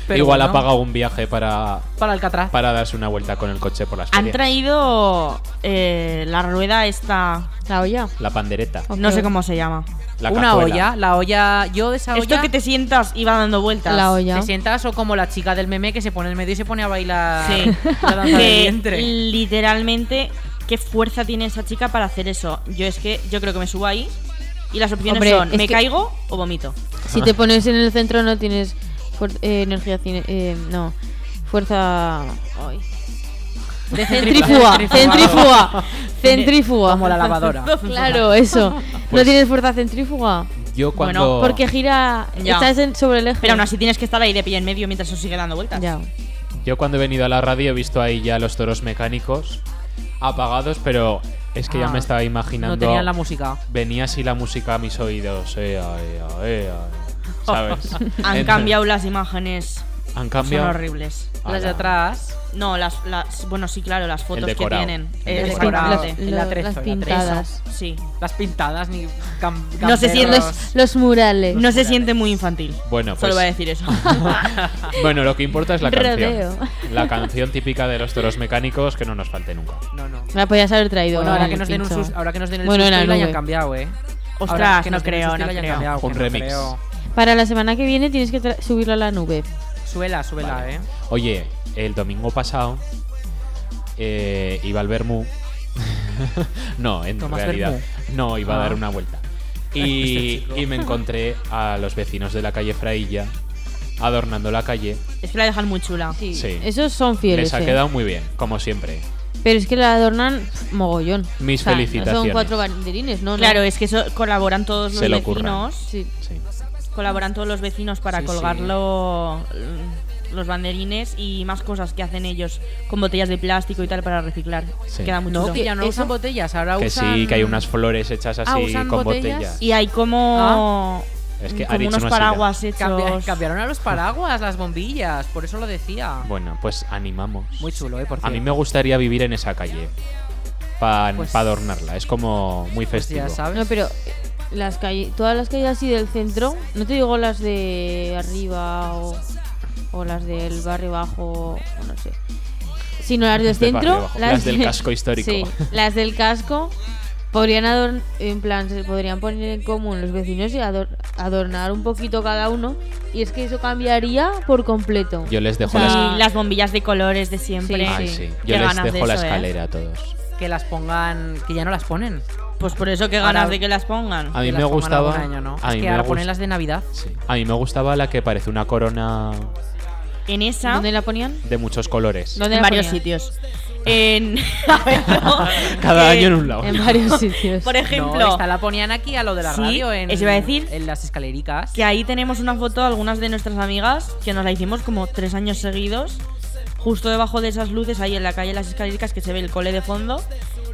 Speaker 2: Pero
Speaker 4: igual
Speaker 2: bueno,
Speaker 4: ha pagado un viaje para,
Speaker 2: Para Alcatraz.
Speaker 4: para darse una vuelta con el coche por las
Speaker 3: Ah. Han
Speaker 4: ferias.
Speaker 3: traído eh, la rueda esta,
Speaker 5: La olla.
Speaker 4: La pandereta.
Speaker 5: Ok.
Speaker 3: no sé cómo se llama.
Speaker 4: La
Speaker 2: una
Speaker 4: cazuela.
Speaker 2: olla, la olla, yo de esa
Speaker 3: Esto
Speaker 2: olla
Speaker 3: que te sientas y va dando vueltas.
Speaker 5: La olla.
Speaker 2: te sientas o como la chica del meme que se pone en medio y se pone a bailar
Speaker 3: Sí.
Speaker 2: la danza del
Speaker 3: Que
Speaker 2: vientre.
Speaker 3: literalmente, qué fuerza tiene esa chica para hacer eso. Yo es que yo creo que me subo ahí y las opciones
Speaker 5: Hombre,
Speaker 3: son
Speaker 5: es
Speaker 3: me
Speaker 5: que-
Speaker 3: caigo o vomito.
Speaker 5: Si
Speaker 4: Ah.
Speaker 5: te pones en el centro no tienes fuer- eh, energía cine- eh, no fuerza ay. de centrífuga, centrífuga, centrífuga.
Speaker 2: Como la lavadora.
Speaker 5: Claro, eso.
Speaker 4: Pues-
Speaker 5: no tienes fuerza centrífuga
Speaker 4: Yo cuando.
Speaker 3: Bueno,
Speaker 5: porque gira
Speaker 3: Ya.
Speaker 5: estás en- sobre el eje.
Speaker 3: Pero aún así tienes que estar ahí de pie en medio mientras eso sigue dando vueltas.
Speaker 5: Ya.
Speaker 4: Yo cuando he venido a la radio he visto ahí ya los toros mecánicos apagados, pero es que ya
Speaker 2: Ah,
Speaker 4: me estaba
Speaker 2: No
Speaker 4: imaginando.
Speaker 2: tenían la música.
Speaker 4: Venía así la música a mis oídos. eh, ay, ay, ay, ¿Sabes?
Speaker 3: Han
Speaker 4: Entonces-
Speaker 3: cambiado las imágenes
Speaker 4: Han
Speaker 3: Son
Speaker 4: cambiado.
Speaker 3: horribles.
Speaker 2: Las de
Speaker 4: Ala.
Speaker 2: atrás,
Speaker 3: No, las, las. Bueno, sí, claro, las fotos que
Speaker 4: decorado.
Speaker 3: tienen. Eh,
Speaker 4: El
Speaker 3: Es
Speaker 2: decorado.
Speaker 3: flipante.
Speaker 5: Las-
Speaker 2: el
Speaker 5: lo-
Speaker 2: atrezo,
Speaker 5: las
Speaker 2: el atrezo.
Speaker 5: pintadas.
Speaker 3: Sí.
Speaker 2: las pintadas, ni cam-
Speaker 3: No sé si en
Speaker 2: gamberros.
Speaker 5: Los, los murales.
Speaker 3: No se siente muy infantil.
Speaker 4: Bueno,
Speaker 3: Solo
Speaker 4: pues-
Speaker 3: voy a decir eso.
Speaker 4: Bueno, lo que importa es la canción.
Speaker 5: Rodeo.
Speaker 4: La canción típica de los toros mecánicos que no nos falte nunca.
Speaker 2: No, no.
Speaker 5: La podías haber traído.
Speaker 2: Bueno, ahora
Speaker 5: ahora
Speaker 2: que,
Speaker 5: en
Speaker 2: nos
Speaker 5: el
Speaker 2: den un
Speaker 5: pincho.
Speaker 2: sus- ahora que nos den el
Speaker 5: Bueno, en la
Speaker 2: susto y lo hayan
Speaker 5: nube.
Speaker 2: cambiado, eh. Ahora
Speaker 3: Ostras,
Speaker 2: que
Speaker 3: no
Speaker 2: nos den el
Speaker 3: creo,
Speaker 2: susto y
Speaker 3: no
Speaker 2: lo hayan
Speaker 3: creo.
Speaker 2: cambiado, que
Speaker 4: Un
Speaker 2: no
Speaker 4: remix.
Speaker 2: creo.
Speaker 5: Para la semana que viene tienes que tra- subirlo a la nube.
Speaker 2: Suela, suela, eh.
Speaker 4: Oye, el domingo pasado eh, iba al Bermú. no, en
Speaker 2: Tomás
Speaker 4: realidad. No, iba a
Speaker 2: Ah.
Speaker 4: dar una vuelta.
Speaker 2: Este
Speaker 4: Y,
Speaker 2: chico.
Speaker 4: y me encontré a los vecinos de la calle Frailla adornando la calle.
Speaker 3: es que la dejan muy chula.
Speaker 5: Sí.
Speaker 4: Sí.
Speaker 5: Esos son fieles.
Speaker 4: Les ha
Speaker 5: eh.
Speaker 4: quedado muy bien, como siempre.
Speaker 5: Pero es que la adornan pf, mogollón.
Speaker 4: Mis
Speaker 5: O sea,
Speaker 4: felicitaciones.
Speaker 5: Son cuatro banderines, ¿no?
Speaker 3: Claro,
Speaker 5: No.
Speaker 3: es que eso colaboran todos
Speaker 4: Se
Speaker 3: los
Speaker 4: lo curran.
Speaker 3: vecinos.
Speaker 5: Sí.
Speaker 4: Sí.
Speaker 3: Colaboran todos los vecinos para
Speaker 2: Sí,
Speaker 3: colgarlo mm, los banderines y más cosas que hacen ellos con botellas de plástico y tal para reciclar.
Speaker 4: Sí.
Speaker 3: Queda muy
Speaker 2: No,
Speaker 3: chulo.
Speaker 2: que ya no
Speaker 5: Eso-
Speaker 2: usan botellas, ahora
Speaker 4: Que
Speaker 2: usan...
Speaker 4: sí, que hay unas flores hechas
Speaker 5: Ah,
Speaker 4: así
Speaker 5: ¿usan
Speaker 4: con
Speaker 5: botellas?
Speaker 4: botellas.
Speaker 3: Y hay
Speaker 5: Ah.
Speaker 3: como,
Speaker 4: Es que ha
Speaker 3: como
Speaker 4: dicho
Speaker 3: unos
Speaker 4: una
Speaker 3: paraguas
Speaker 2: ¿Ah? Cambia-
Speaker 3: hechos.
Speaker 2: cambiaron a los paraguas, las bombillas, por eso lo decía.
Speaker 4: Bueno, pues animamos.
Speaker 2: Muy chulo, eh, por
Speaker 4: A
Speaker 2: cierto.
Speaker 4: mí me gustaría vivir en esa calle. Para
Speaker 2: Pues-
Speaker 4: adornarla. Es como muy
Speaker 2: Pues
Speaker 4: festivo.
Speaker 2: ya sabes.
Speaker 5: No, pero eh, las calles, todas las calles así del centro, no te digo las de arriba o, o las del barrio bajo, o no sé. Sino las del
Speaker 4: Las del barrio
Speaker 5: centro,
Speaker 4: bajo, las del casco histórico.
Speaker 5: Sí, las del casco podrían adorn- en plan se podrían poner en común los vecinos y ador- adornar un poquito cada uno y es que eso cambiaría por completo.
Speaker 4: Yo les dejo
Speaker 5: O sea,
Speaker 4: las
Speaker 3: Y las bombillas de colores de siempre.
Speaker 4: Ay, sí.
Speaker 3: Qué
Speaker 4: Yo les
Speaker 3: ganas de
Speaker 4: dejo la
Speaker 3: eso, ¿eh?
Speaker 4: escalera a todos.
Speaker 2: Que las pongan... Que ya no las ponen.
Speaker 3: Pues por eso qué
Speaker 2: Ahora-
Speaker 3: ganas de que las pongan.
Speaker 4: A mí me
Speaker 2: Que las pongan
Speaker 4: gustaba.
Speaker 2: algún año, ¿no?
Speaker 4: A
Speaker 2: Es
Speaker 4: mí
Speaker 2: que
Speaker 4: me
Speaker 2: ahora
Speaker 4: gust-
Speaker 2: ponen las de Navidad.
Speaker 4: sí. A mí me gustaba la que parece una corona
Speaker 3: En esa,
Speaker 5: ¿Dónde la ponían?
Speaker 4: de muchos colores.
Speaker 5: ¿Dónde
Speaker 3: en
Speaker 5: la
Speaker 3: varios
Speaker 5: ponían?
Speaker 3: sitios. En. A ver, no.
Speaker 4: Cada
Speaker 3: Eh,
Speaker 4: año en un lado.
Speaker 5: En varios sitios.
Speaker 3: Por ejemplo,
Speaker 2: No, esta la ponían aquí a lo de la
Speaker 3: Sí,
Speaker 2: radio en,
Speaker 3: eso iba a decir.
Speaker 2: en las escalericas.
Speaker 3: que ahí tenemos una foto de algunas de nuestras amigas que nos la hicimos como tres años seguidos, justo debajo de esas luces ahí en la calle Las Escaleras que se ve el cole de fondo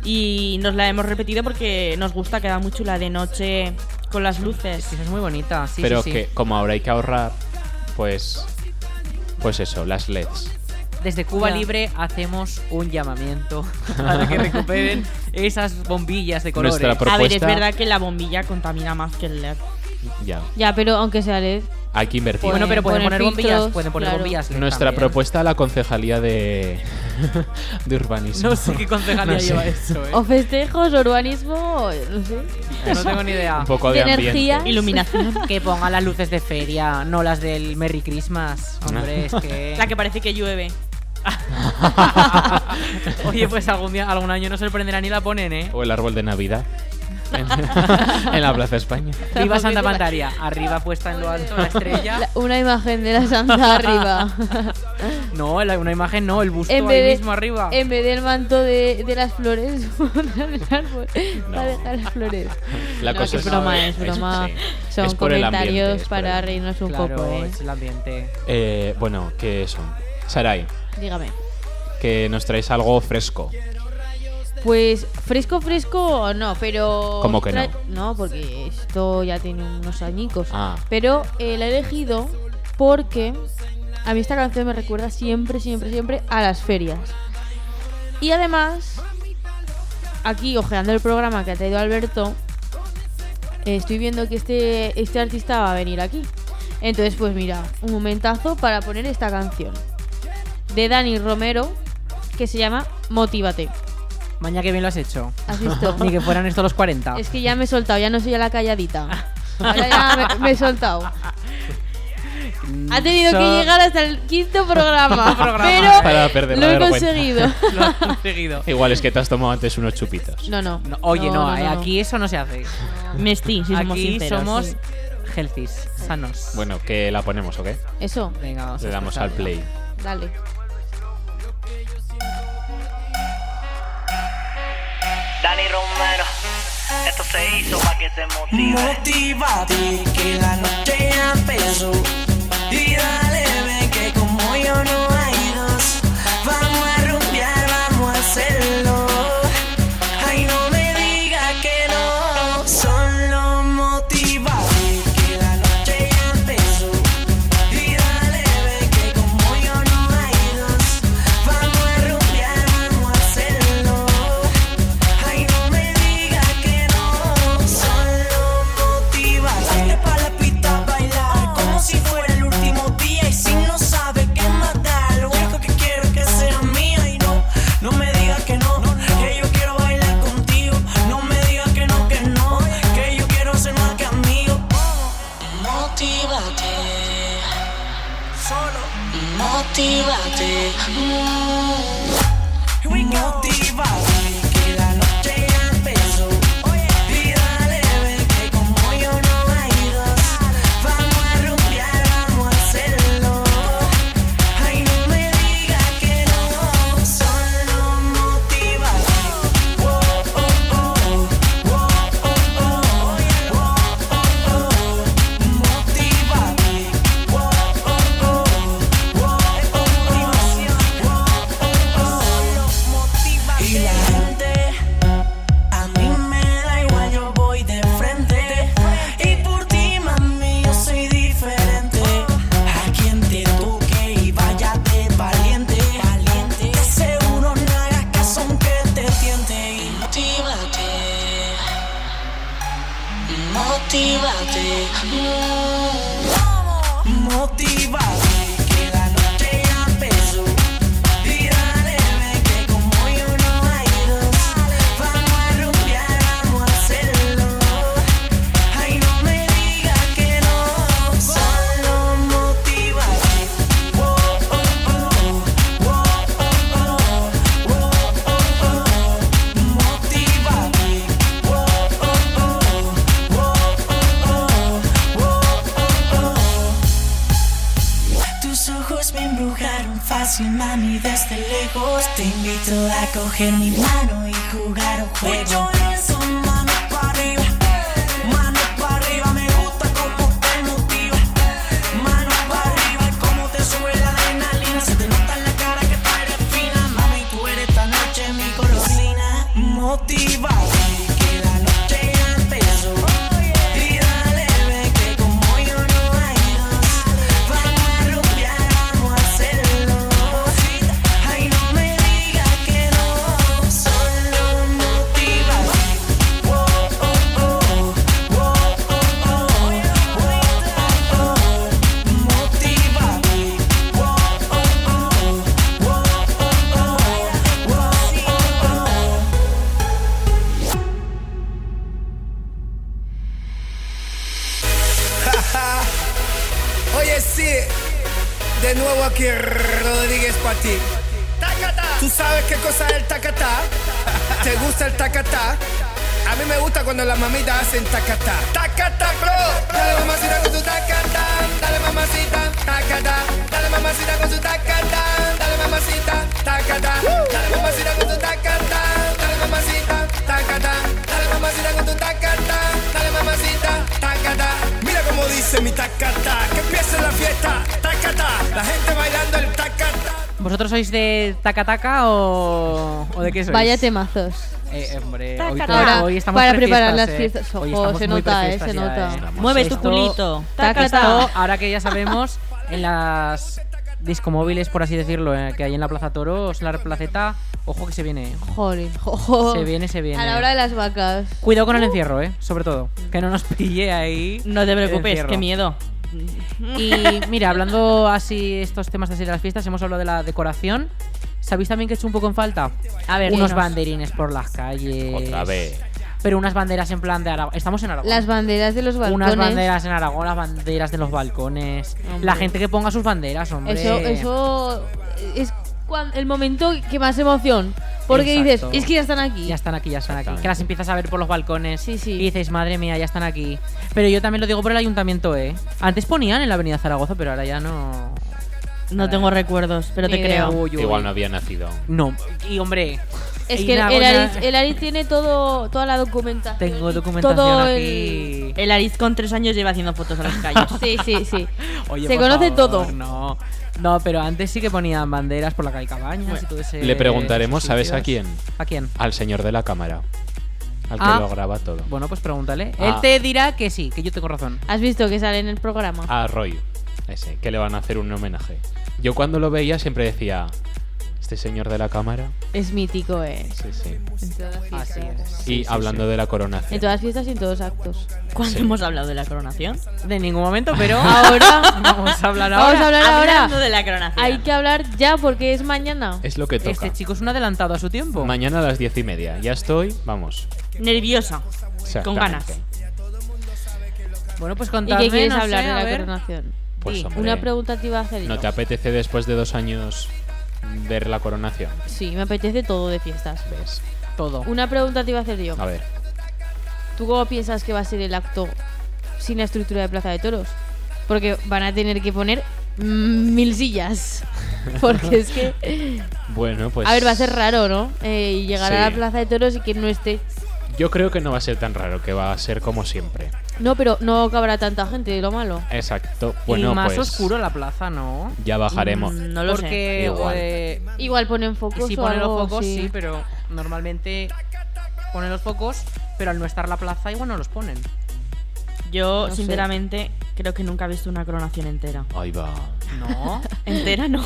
Speaker 3: y nos la hemos repetido porque nos gusta, queda muy chula de noche con las luces.
Speaker 2: Sí, eso es muy bonita. Sí,
Speaker 4: Pero
Speaker 2: sí, sí.
Speaker 4: que como ahora hay que ahorrar, pues. Pues eso, las LEDs.
Speaker 2: Desde Cuba
Speaker 5: Ya.
Speaker 2: Libre hacemos un llamamiento para que recuperen esas bombillas de colores.
Speaker 4: Nuestra pro-
Speaker 3: A ver, es
Speaker 4: propuesta-
Speaker 3: verdad que la bombilla contamina más que el LED.
Speaker 4: Ya.
Speaker 5: Ya, pero aunque sea LED,
Speaker 4: Hay que invertir.
Speaker 2: bueno, pero pues, pueden poner,
Speaker 5: Poner
Speaker 2: bombillas,
Speaker 5: filtros,
Speaker 2: pueden poner
Speaker 5: claro.
Speaker 2: bombillas. LED
Speaker 4: Nuestra
Speaker 2: también. ¿eh?
Speaker 4: propuesta a la concejalía de. de urbanismo.
Speaker 2: No sé qué concejalía
Speaker 4: No sé.
Speaker 2: lleva eso, ¿eh?
Speaker 5: o festejos, urbanismo, o no sé.
Speaker 2: No tengo ni idea.
Speaker 4: Un poco de
Speaker 5: De energía.
Speaker 4: ambiente.
Speaker 3: Iluminación.
Speaker 2: Que ponga las luces de feria, no las del Merry Christmas. Hombre, es que.
Speaker 3: la que parece que llueve.
Speaker 2: Oye, pues algún día, algún año no sorprenderá ni la ponen, ¿eh?
Speaker 4: O el árbol de Navidad. En, en la Plaza España.
Speaker 2: Viva Santa Pantaria. Arriba puesta en lo alto la estrella.
Speaker 5: La- una imagen de la santa arriba.
Speaker 2: No, la- una imagen no, el busto
Speaker 5: En
Speaker 2: ahí
Speaker 5: vez de-
Speaker 2: mismo arriba.
Speaker 5: En vez del manto de, de las flores, el árbol.
Speaker 4: No.
Speaker 5: Para dejar las flores.
Speaker 4: La
Speaker 5: No,
Speaker 4: cosa
Speaker 5: es broma, es
Speaker 4: sí,
Speaker 5: broma.
Speaker 4: es
Speaker 5: Son
Speaker 4: por el
Speaker 5: comentarios
Speaker 4: ambiente, es por
Speaker 5: para
Speaker 4: el-
Speaker 5: reírnos un
Speaker 2: claro,
Speaker 5: poco, ¿eh?
Speaker 2: es el ambiente.
Speaker 4: Eh, bueno, que eso. Sarai,
Speaker 5: Dígame.
Speaker 4: que nos traes algo fresco.
Speaker 5: Pues fresco, fresco, no, pero.
Speaker 4: ¿Cómo que
Speaker 5: tra- No, porque esto ya tiene unos añicos.
Speaker 4: Ah,
Speaker 5: Pero eh, la he elegido porque a mí esta canción me recuerda siempre, siempre, siempre a las ferias. Y además, aquí ojeando el programa que ha traído Alberto, eh, estoy viendo que este, este artista va a venir aquí. Entonces, pues mira, un momentazo para poner esta canción de Dani Romero que se llama Motívate.
Speaker 2: Mañana que bien lo has hecho.
Speaker 5: ¿Has visto?
Speaker 2: Ni que fueran estos los 40.
Speaker 5: Es que ya me he soltado, ya no soy a la calladita. Ahora ya me- me he soltado. Ha tenido
Speaker 2: So-
Speaker 5: que llegar hasta el quinto programa.
Speaker 2: programa.
Speaker 5: pero
Speaker 4: Ah, para perder
Speaker 5: lo
Speaker 4: la
Speaker 5: he
Speaker 4: vergüenza.
Speaker 5: conseguido.
Speaker 2: Lo has conseguido.
Speaker 4: Igual es que te has tomado antes unos chupitos.
Speaker 5: No, no.
Speaker 2: No, oye, no, eh,
Speaker 5: no.
Speaker 2: aquí eso no se hace.
Speaker 3: Mesti, si somos
Speaker 2: aquí
Speaker 3: sinceros.
Speaker 2: somos
Speaker 5: sí.
Speaker 2: healthys, sanos.
Speaker 4: Bueno, que la ponemos, ¿ok?
Speaker 5: Eso,
Speaker 2: Venga, vamos
Speaker 4: Le
Speaker 2: a
Speaker 4: damos al
Speaker 2: escucharla.
Speaker 4: play.
Speaker 5: dale.
Speaker 8: Dani Romero, esto se hizo para que te motive.
Speaker 9: Motivate que la noche ya empezó Y dale ve que como yo no hay dos Vamos a rumbear, vamos a hacerlo Ay no me digas que no Solo motivate que la noche ya empezó Y dale ve que como
Speaker 10: solo.
Speaker 1: Motívate.
Speaker 10: Motivado que la noche ya empezó. Y dale, ven que como yo no hay dos. Vamos a rumbear, vamos a hacerlo. Ay, no me digas que no. Solo motivado. Oh, oh, oh. Oh, oh, oh. Oh, oh, oh. Motivado. Oh, oh, oh. Oh, oh, oh. Y la gente, a mí me da igual, yo voy de frente. Y por ti, mami, yo soy diferente. A quien te toque y váyate valiente. Valiente. Seguro no hagas caso aunque te tiente. Y
Speaker 1: Motívate. Motívate.
Speaker 10: motivado. Que la noche ya empezó. Y dale, ve que como yo no hay dos. Vamos a rumbear, vamos a hacerlo. Ay, no me digas que no. Solo motivado. Oh, oh, oh. Oh, oh, oh. Oh, oh, oh. Motivado. Oh, oh, oh. Oh, oh, oh. Oh, oh, oh. Tus ojos me embrujaron fácil, mami, desde lejos. Te invito a coger mi mano y jugar un juego. eso, mano para arriba. Mano para arriba, me gusta como te motiva. Mano para arriba, como te sube la adrenalina. Se te nota en la cara que tú eres fina, mami. Tú eres esta noche mi colorina. Motivado. que la noche ya empezó. Y dale, ve que como yo no hay dos. Vamos a rumbear, vamos a hacerlo. Ay, no me digas que no. Solo motivado. Oh, oh, oh. Oh, oh, oh. Oh, oh, oh. Motivado. Oh, oh, oh. Oh, oh, oh. Oh, oh, oh.
Speaker 11: Oye, sí, de nuevo aquí Rodríguez para ti. ¿Tú sabes qué cosa es el tacatá? ¿Te gusta el tacatá? A mí me gusta cuando las mamitas hacen tacatá. ¡Tacatá, bro! Dale mamacita con su tacatá. Dale mamacita, tacatá. Dale mamacita con su tacatá. Dale mamacita, tacatá. Dale mamacita con su tacatá. Dale mamacita, tacatá. Dale mamacita con tu tacatá. Dale mamacita, tacatá. Mira cómo dice mi tacatá. Que empiece la fiesta, tacatá. La gente bailando el tacatá.
Speaker 2: ¿Vosotros sois de tacataca o, o de qué sois?
Speaker 5: Vaya temazos.
Speaker 2: Eh, hombre, hoy,
Speaker 3: Taca-taca.
Speaker 2: to- hoy estamos
Speaker 5: Para
Speaker 2: prefiestas,
Speaker 5: preparar las
Speaker 2: eh.
Speaker 5: fiestas.
Speaker 2: Hoy
Speaker 5: Ojo,
Speaker 2: estamos
Speaker 5: se
Speaker 2: muy
Speaker 5: nota, eh,
Speaker 2: prefiestas
Speaker 5: se
Speaker 2: ya,
Speaker 5: nota.
Speaker 3: Mueve tu
Speaker 2: Esto-
Speaker 3: culito. Taca,
Speaker 2: Esto,
Speaker 3: taca.
Speaker 2: ahora que ya sabemos, en las discomóviles, por así decirlo, eh, que hay en la Plaza Toros, la Placeta, ojo que se viene.
Speaker 5: Jolín, jojo.
Speaker 2: Se viene, se viene.
Speaker 5: A la hora de Uh. las vacas.
Speaker 2: Cuidado con el encierro, eh, sobre todo. Que no nos pille ahí.
Speaker 3: No te
Speaker 2: el
Speaker 3: preocupes,
Speaker 2: encierro.
Speaker 3: qué miedo.
Speaker 2: Y mira, hablando así estos temas así de las fiestas, hemos hablado de la decoración. ¿Sabéis también que he hecho un poco en falta?
Speaker 3: A ver,
Speaker 2: unos
Speaker 3: dinos.
Speaker 2: banderines por las calles.
Speaker 4: Otra vez.
Speaker 2: Pero unas banderas en plan de Aragón. Estamos en Aragón.
Speaker 5: Las banderas de los balcones.
Speaker 2: Unas banderas en Aragón, las banderas de los balcones.
Speaker 5: Hombre.
Speaker 2: La gente que ponga sus banderas, hombre.
Speaker 5: Eso, eso es cuan- el momento que más emoción. Porque
Speaker 2: Exacto.
Speaker 5: dices, es que ya están aquí.
Speaker 2: Ya están aquí, ya están aquí.
Speaker 4: Exactamente.
Speaker 2: Que las empiezas a ver por los balcones.
Speaker 5: Sí, sí.
Speaker 2: Y dices, madre mía, ya están aquí. Pero yo también lo digo por el ayuntamiento, ¿eh? Antes ponían en la avenida Zaragoza, pero ahora ya no.
Speaker 3: No tengo recuerdos, pero
Speaker 5: Ni
Speaker 3: te creo.
Speaker 5: idea.
Speaker 2: Eh, Uy, uy.
Speaker 4: Igual no había nacido. aún.
Speaker 2: No, y hombre.
Speaker 5: Es
Speaker 2: y
Speaker 5: que el,
Speaker 2: nada,
Speaker 5: el
Speaker 2: coña,
Speaker 5: Ariz, el Ariz tiene todo, toda la documentación.
Speaker 2: Tengo
Speaker 5: y
Speaker 2: documentación
Speaker 5: todo el-
Speaker 2: aquí.
Speaker 3: El Ariz con tres años lleva haciendo fotos a las calles.
Speaker 5: Sí, sí, sí.
Speaker 2: Oye,
Speaker 5: Se
Speaker 2: por
Speaker 5: conoce
Speaker 2: favor,
Speaker 5: todo.
Speaker 2: No. No, pero antes sí que ponían banderas por la calle Cabañas y todo ese.
Speaker 4: Le preguntaremos,
Speaker 2: esos
Speaker 4: ¿sabes a
Speaker 2: sitios.
Speaker 4: quién?
Speaker 2: ¿A quién?
Speaker 4: Al señor de la cámara. Al que
Speaker 2: Ah.
Speaker 4: lo graba todo.
Speaker 2: Bueno, pues pregúntale.
Speaker 4: Ah.
Speaker 2: Él te dirá que sí, que yo tengo razón.
Speaker 5: Has visto que sale en el programa.
Speaker 4: A Ah, Roy. Ese, que le van a hacer un homenaje. Yo cuando lo veía siempre decía. Este señor de la cámara.
Speaker 5: Es mítico, eh.
Speaker 4: Sí, sí.
Speaker 5: En todas las fiestas.
Speaker 2: Así
Speaker 4: Y
Speaker 2: es.
Speaker 4: hablando de la coronación.
Speaker 5: En todas las fiestas y en todos los actos.
Speaker 3: ¿Cuándo hemos hablado de la coronación?
Speaker 2: De ningún momento, pero.
Speaker 5: Ahora
Speaker 2: Vamos a hablar ahora.
Speaker 5: Vamos a hablar ahora.
Speaker 3: Hablando de la coronación.
Speaker 5: hay que hablar ya porque es mañana.
Speaker 4: es lo que toca.
Speaker 2: Este chico es un adelantado a su tiempo.
Speaker 4: Mañana a las diez y media. Ya estoy, vamos.
Speaker 3: Nerviosa. Con ganas.
Speaker 4: Exactamente.
Speaker 2: Bueno, pues
Speaker 5: ¿Y
Speaker 2: contadme,
Speaker 3: Pues
Speaker 5: qué quieres
Speaker 2: pues no sé,
Speaker 5: hablar
Speaker 2: a
Speaker 5: de la
Speaker 2: ver.
Speaker 5: coronación?
Speaker 4: Pues
Speaker 2: Di,
Speaker 4: hombre,
Speaker 5: Una pregunta te iba a hacer yo.
Speaker 4: ¿no te apetece después de dos años ver la coronación?
Speaker 5: Sí, me apetece todo de fiestas.
Speaker 4: ¿Ves?
Speaker 2: Todo.
Speaker 5: Una pregunta te iba a hacer yo.
Speaker 4: A ver.
Speaker 5: ¿Tú cómo piensas que va a ser el acto sin la estructura de Plaza de Toros? Porque van a tener que poner mm, mil sillas. Porque es que.
Speaker 4: Bueno, pues.
Speaker 5: a ver, va a ser raro, ¿no? Eh, y llegar a
Speaker 4: Sí.
Speaker 5: la Plaza de Toros y que no esté.
Speaker 4: Yo creo que no va a ser tan raro, que va a ser como siempre.
Speaker 5: No, pero no cabrá tanta gente, de lo malo.
Speaker 4: Exacto. Bueno,
Speaker 2: y más
Speaker 4: pues.
Speaker 2: oscuro la plaza, ¿no?
Speaker 4: Ya bajaremos.
Speaker 3: Mm, No lo sé.
Speaker 2: Porque
Speaker 4: Igual.
Speaker 2: eh,
Speaker 5: Igual ponen focos.
Speaker 2: si
Speaker 5: o
Speaker 2: ponen los
Speaker 5: algo,
Speaker 2: focos, sí. pero normalmente ponen los focos, pero al no estar la plaza igual no los ponen.
Speaker 3: Yo,
Speaker 5: No sé.
Speaker 3: sinceramente, creo que nunca he visto una coronación entera.
Speaker 4: Ahí va.
Speaker 2: No,
Speaker 3: Entera no.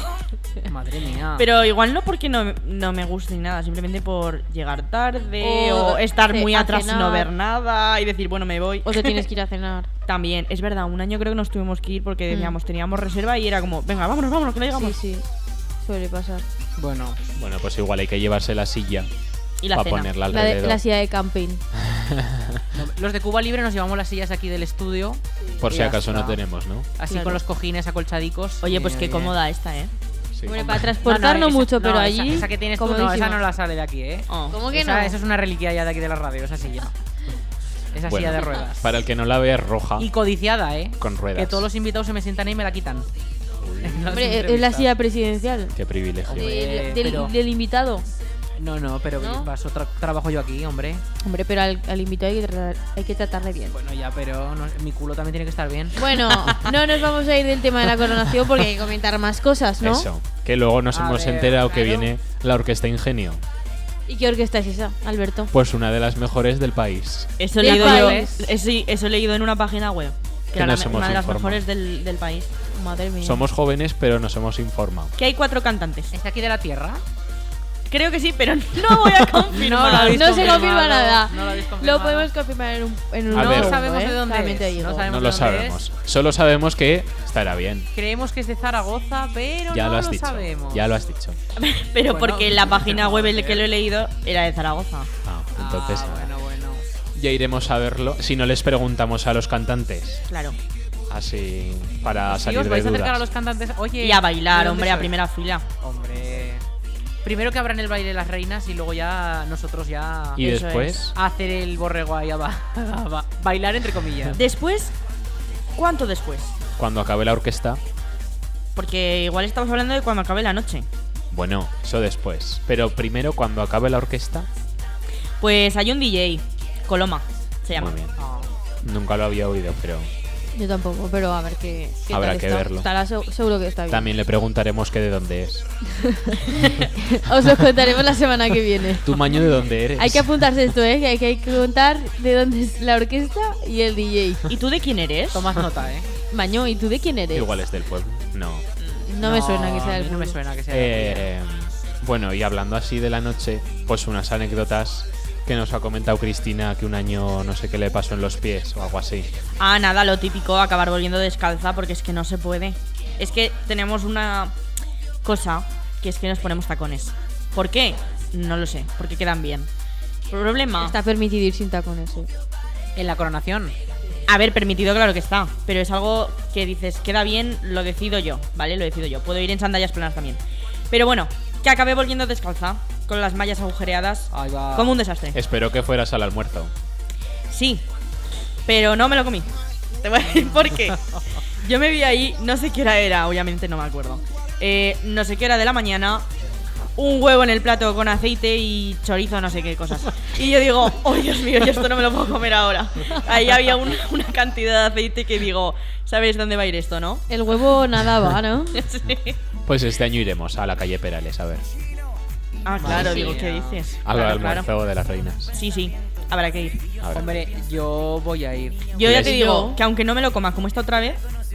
Speaker 2: madre mía.
Speaker 3: Pero igual no porque no, no me guste ni nada, simplemente por llegar tarde
Speaker 5: O
Speaker 3: o, estar
Speaker 5: de-
Speaker 3: muy
Speaker 5: a
Speaker 3: atrás y no
Speaker 5: cenar.
Speaker 3: ver nada y decir, bueno, me voy.
Speaker 5: O te tienes que ir a cenar.
Speaker 3: También, es verdad, un año creo que nos tuvimos que ir porque decíamos, teníamos reserva y era como, venga, vámonos, vámonos, que no
Speaker 5: Sí,
Speaker 3: llegamos.
Speaker 5: sí. Suele pasar.
Speaker 2: bueno,
Speaker 4: Bueno, pues igual hay que llevarse la silla
Speaker 3: Y la
Speaker 4: para
Speaker 3: cena.
Speaker 4: ponerla
Speaker 5: La, de,
Speaker 4: alrededor.
Speaker 5: la silla de camping.
Speaker 2: no- los de Cuba Libre nos llevamos las sillas aquí del estudio,
Speaker 4: Por si
Speaker 2: Ya
Speaker 4: acaso no
Speaker 2: está.
Speaker 4: tenemos, ¿no?
Speaker 2: así
Speaker 5: Claro.
Speaker 2: con los cojines acolchadicos.
Speaker 3: Oye,
Speaker 2: y,
Speaker 3: pues qué cómoda esta, ¿eh.
Speaker 4: Sí.
Speaker 5: Hombre,
Speaker 2: No,
Speaker 5: para
Speaker 2: no,
Speaker 5: transportar no,
Speaker 2: esa-
Speaker 5: mucho, pero
Speaker 2: no, esa-
Speaker 5: allí.
Speaker 2: Esa, que tienes tú, no, esa
Speaker 5: comodísima.
Speaker 2: no la sale de aquí, ¿eh?
Speaker 3: Oh.
Speaker 5: ¿Cómo que
Speaker 2: Esa-
Speaker 5: no?
Speaker 2: Esa es una reliquia ya de aquí de la radio, esa silla. Esa
Speaker 4: Bueno,
Speaker 2: silla de ruedas.
Speaker 4: Para el que no la vea, es roja.
Speaker 2: Y codiciada, ¿eh?
Speaker 4: Con ruedas.
Speaker 2: Que todos los invitados se me sientan ahí y me la quitan. En las
Speaker 5: Hombre, es la
Speaker 2: entrevistas.
Speaker 5: silla presidencial.
Speaker 4: Qué privilegio.
Speaker 2: Hombre.
Speaker 5: Del- del,
Speaker 2: pero-
Speaker 5: del invitado.
Speaker 2: No, no, pero
Speaker 5: ¿No?
Speaker 2: vas, otra- trabajo yo aquí, hombre.
Speaker 5: Hombre, pero al, al invitado hay que, tratar- hay que tratarle bien.
Speaker 2: Bueno, ya, pero no- mi culo también tiene que estar bien.
Speaker 5: Bueno, no nos vamos a ir del tema de la coronación porque hay que comentar más cosas, ¿no?
Speaker 4: Eso. Que luego nos
Speaker 2: A
Speaker 4: hemos
Speaker 2: ver,
Speaker 4: enterado que
Speaker 2: claro.
Speaker 4: viene la Orquesta Ingenio.
Speaker 5: ¿Y qué orquesta es esa, Alberto?
Speaker 4: Pues una de las mejores del país.
Speaker 3: Eso he
Speaker 5: Ya
Speaker 3: leído yo.
Speaker 5: sabes.
Speaker 3: eh, sí, eso he leído en una página web.
Speaker 4: Que
Speaker 3: Que era la
Speaker 4: nos
Speaker 3: me-
Speaker 4: hemos
Speaker 3: una de las
Speaker 4: informado.
Speaker 3: mejores del, del país.
Speaker 5: Madre mía.
Speaker 4: Somos jóvenes, pero nos hemos informado.
Speaker 3: Que hay cuatro cantantes.
Speaker 2: ¿Está aquí de la Tierra?
Speaker 3: Creo que sí, pero no voy a confirmar.
Speaker 2: lo habéis
Speaker 5: No se
Speaker 2: confirmado,
Speaker 5: confirma nada.
Speaker 2: no lo habéis confirmado.
Speaker 5: Lo podemos confirmar en un. En un
Speaker 4: A ver.
Speaker 5: segundo,
Speaker 2: sabemos
Speaker 5: ¿eh?
Speaker 2: de dónde
Speaker 5: Realmente
Speaker 2: es,
Speaker 5: digo.
Speaker 2: no
Speaker 4: No
Speaker 2: sabemos
Speaker 4: lo
Speaker 2: de dónde
Speaker 4: sabemos. Solo sabemos que estará bien.
Speaker 2: Creemos que es de Zaragoza, pero
Speaker 4: Ya
Speaker 2: no
Speaker 4: lo has dicho.
Speaker 2: sabemos.
Speaker 4: Ya lo has dicho.
Speaker 3: Pero
Speaker 2: Bueno,
Speaker 3: porque la página web en la que lo he leído era de Zaragoza.
Speaker 4: Ah,
Speaker 2: Ah,
Speaker 4: entonces nada.
Speaker 2: bueno, bueno.
Speaker 4: ya iremos a verlo. Si no les preguntamos a los cantantes.
Speaker 3: Claro.
Speaker 4: Así para
Speaker 2: Si
Speaker 4: salir
Speaker 2: os vais
Speaker 4: de
Speaker 2: a acercar a los
Speaker 4: dudas.
Speaker 2: cantantes, oye.
Speaker 3: Y a bailar,
Speaker 2: ¿de dónde
Speaker 3: hombre, a
Speaker 2: sois?
Speaker 3: primera fila.
Speaker 2: Hombre. Primero que abran el baile las reinas y luego ya nosotros ya
Speaker 4: Y
Speaker 3: Eso
Speaker 4: después.
Speaker 2: hacer el borrego ahí a, ba- a ba- bailar entre comillas.
Speaker 3: Después, ¿cuánto después?
Speaker 4: Cuando acabe la orquesta.
Speaker 3: Porque igual estamos hablando de cuando acabe la noche.
Speaker 4: Bueno, eso después. Pero primero cuando acabe la orquesta.
Speaker 3: Pues hay un DJ, Coloma, se llama.
Speaker 4: Muy bien.
Speaker 2: Ah.
Speaker 4: Nunca lo había oído, pero
Speaker 5: Yo tampoco, pero a ver qué. qué
Speaker 4: Habrá
Speaker 5: tal
Speaker 4: que
Speaker 5: está.
Speaker 4: verlo.
Speaker 5: Estará seu- seguro que está bien.
Speaker 4: también le preguntaremos que de dónde es.
Speaker 5: Os lo contaremos la semana que viene.
Speaker 4: ¿Tu maño de dónde eres?
Speaker 5: Hay que apuntarse esto, ¿eh? Que hay que, hay que contar de dónde es la orquesta y el DJ.
Speaker 3: ¿Y tú de quién eres?
Speaker 2: Tomad nota, ¿eh.
Speaker 5: Maño, ¿y tú de quién eres?
Speaker 4: Igual es del pueblo. No.
Speaker 5: No, me suena que sea
Speaker 2: a
Speaker 5: el
Speaker 2: mí No me
Speaker 5: pueblo.
Speaker 2: suena que sea. de la
Speaker 4: Eh, bueno, y hablando así de la noche, pues unas anécdotas que nos ha comentado Cristina que un año no sé qué le pasó en los pies o algo así.
Speaker 3: Ah, nada, lo típico, acabar volviendo descalza porque es que no se puede. Es que tenemos una cosa que es que nos ponemos tacones. ¿Por qué? No lo sé, porque quedan bien. Problema.
Speaker 5: Está permitido ir sin tacones, ¿eh? sí.
Speaker 2: tierra. En la coronación.
Speaker 3: A ver, permitido, claro que está. Pero es algo que dices, queda bien, lo decido yo, ¿vale? Lo decido yo. Puedo ir en sandalias planas también. Pero bueno, que acabé volviendo descalza, con las mallas agujereadas,
Speaker 2: Ahí va.
Speaker 3: como un desastre.
Speaker 4: Espero que fueras al almuerzo.
Speaker 3: Sí, pero no me lo comí. Te voy a decir por qué. Yo me vi ahí, no sé qué hora era, obviamente no me acuerdo. Eh, no sé qué hora de la mañana, un huevo en el plato con aceite y chorizo, no sé qué cosas. Y yo digo, oh Dios mío, yo esto no me lo puedo comer ahora. Ahí había un- una cantidad de aceite que digo, ¿sabéis dónde va a ir esto, no?
Speaker 5: El huevo nadaba, ¿no?
Speaker 3: Sí.
Speaker 4: Pues este año iremos a la calle Perales, a ver.
Speaker 3: Ah, claro,
Speaker 2: Madre
Speaker 3: digo,
Speaker 2: mía.
Speaker 3: ¿qué dices?
Speaker 4: Al
Speaker 3: Claro,
Speaker 4: almuerzo
Speaker 3: claro.
Speaker 4: de las reinas.
Speaker 3: Sí, sí, habrá que ir.
Speaker 4: A ver.
Speaker 2: Hombre, yo voy a ir.
Speaker 3: Yo ya te
Speaker 4: Pues
Speaker 3: digo
Speaker 5: yo-
Speaker 3: que aunque no me lo coma como esta otra vez,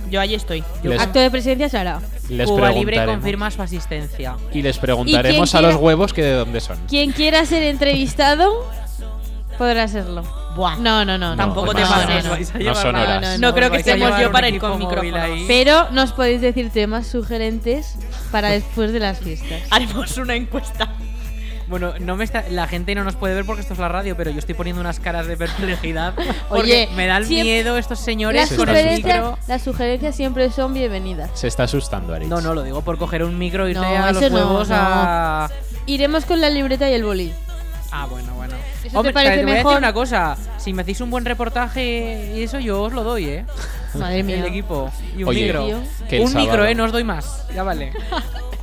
Speaker 3: yo ahí estoy.
Speaker 4: les,
Speaker 5: Acto de presencia se hará.
Speaker 4: les
Speaker 2: Cuba Libre
Speaker 4: preguntaremos-
Speaker 2: confirma su asistencia.
Speaker 4: Y les preguntaremos a
Speaker 5: quiera-
Speaker 4: los huevos que de dónde son.
Speaker 5: Quien quiera ser entrevistado podrá serlo.
Speaker 3: Buah.
Speaker 5: No, no, no. no.
Speaker 3: Tampoco
Speaker 4: te
Speaker 5: No,
Speaker 4: pases.
Speaker 5: no, no.
Speaker 4: vais a llevar son horas.
Speaker 5: No, no,
Speaker 3: No creo que
Speaker 2: Vais a
Speaker 3: estemos
Speaker 2: llevar
Speaker 3: yo
Speaker 2: un
Speaker 3: para ir
Speaker 2: equipo
Speaker 3: con
Speaker 2: móvil
Speaker 3: micrófono.
Speaker 2: ahí.
Speaker 5: Pero nos podéis decir temas sugerentes para después de las fiestas.
Speaker 3: Haremos una encuesta.
Speaker 2: Bueno, no me está, la gente no nos puede ver porque esto es la radio, pero yo estoy poniendo unas caras de perplejidad. porque
Speaker 5: Oye,
Speaker 2: me da el
Speaker 5: siempre-
Speaker 2: miedo estos señores
Speaker 5: Las
Speaker 2: con el
Speaker 5: sugerencias,
Speaker 2: micro.
Speaker 5: las sugerencias siempre son bienvenidas.
Speaker 4: Se está asustando, Aritz.
Speaker 2: No, no, lo digo por coger un micro, irte
Speaker 5: No,
Speaker 2: a los
Speaker 5: eso no,
Speaker 2: juegos
Speaker 5: no.
Speaker 2: a.
Speaker 5: Iremos con la libreta y el bolí.
Speaker 2: Ah, bueno, bueno.
Speaker 5: ¿Eso te
Speaker 2: Hombre,
Speaker 5: parece
Speaker 2: te voy a decir
Speaker 5: mejor?
Speaker 2: una cosa. Si me hacéis un buen reportaje y eso, yo os lo doy, ¿eh?
Speaker 5: Madre mía.
Speaker 2: El equipo. Y un
Speaker 4: Oye,
Speaker 2: micro.
Speaker 5: Tío.
Speaker 4: que el
Speaker 2: Un micro,
Speaker 4: sábado-
Speaker 2: ¿eh? No os doy más. Ya vale.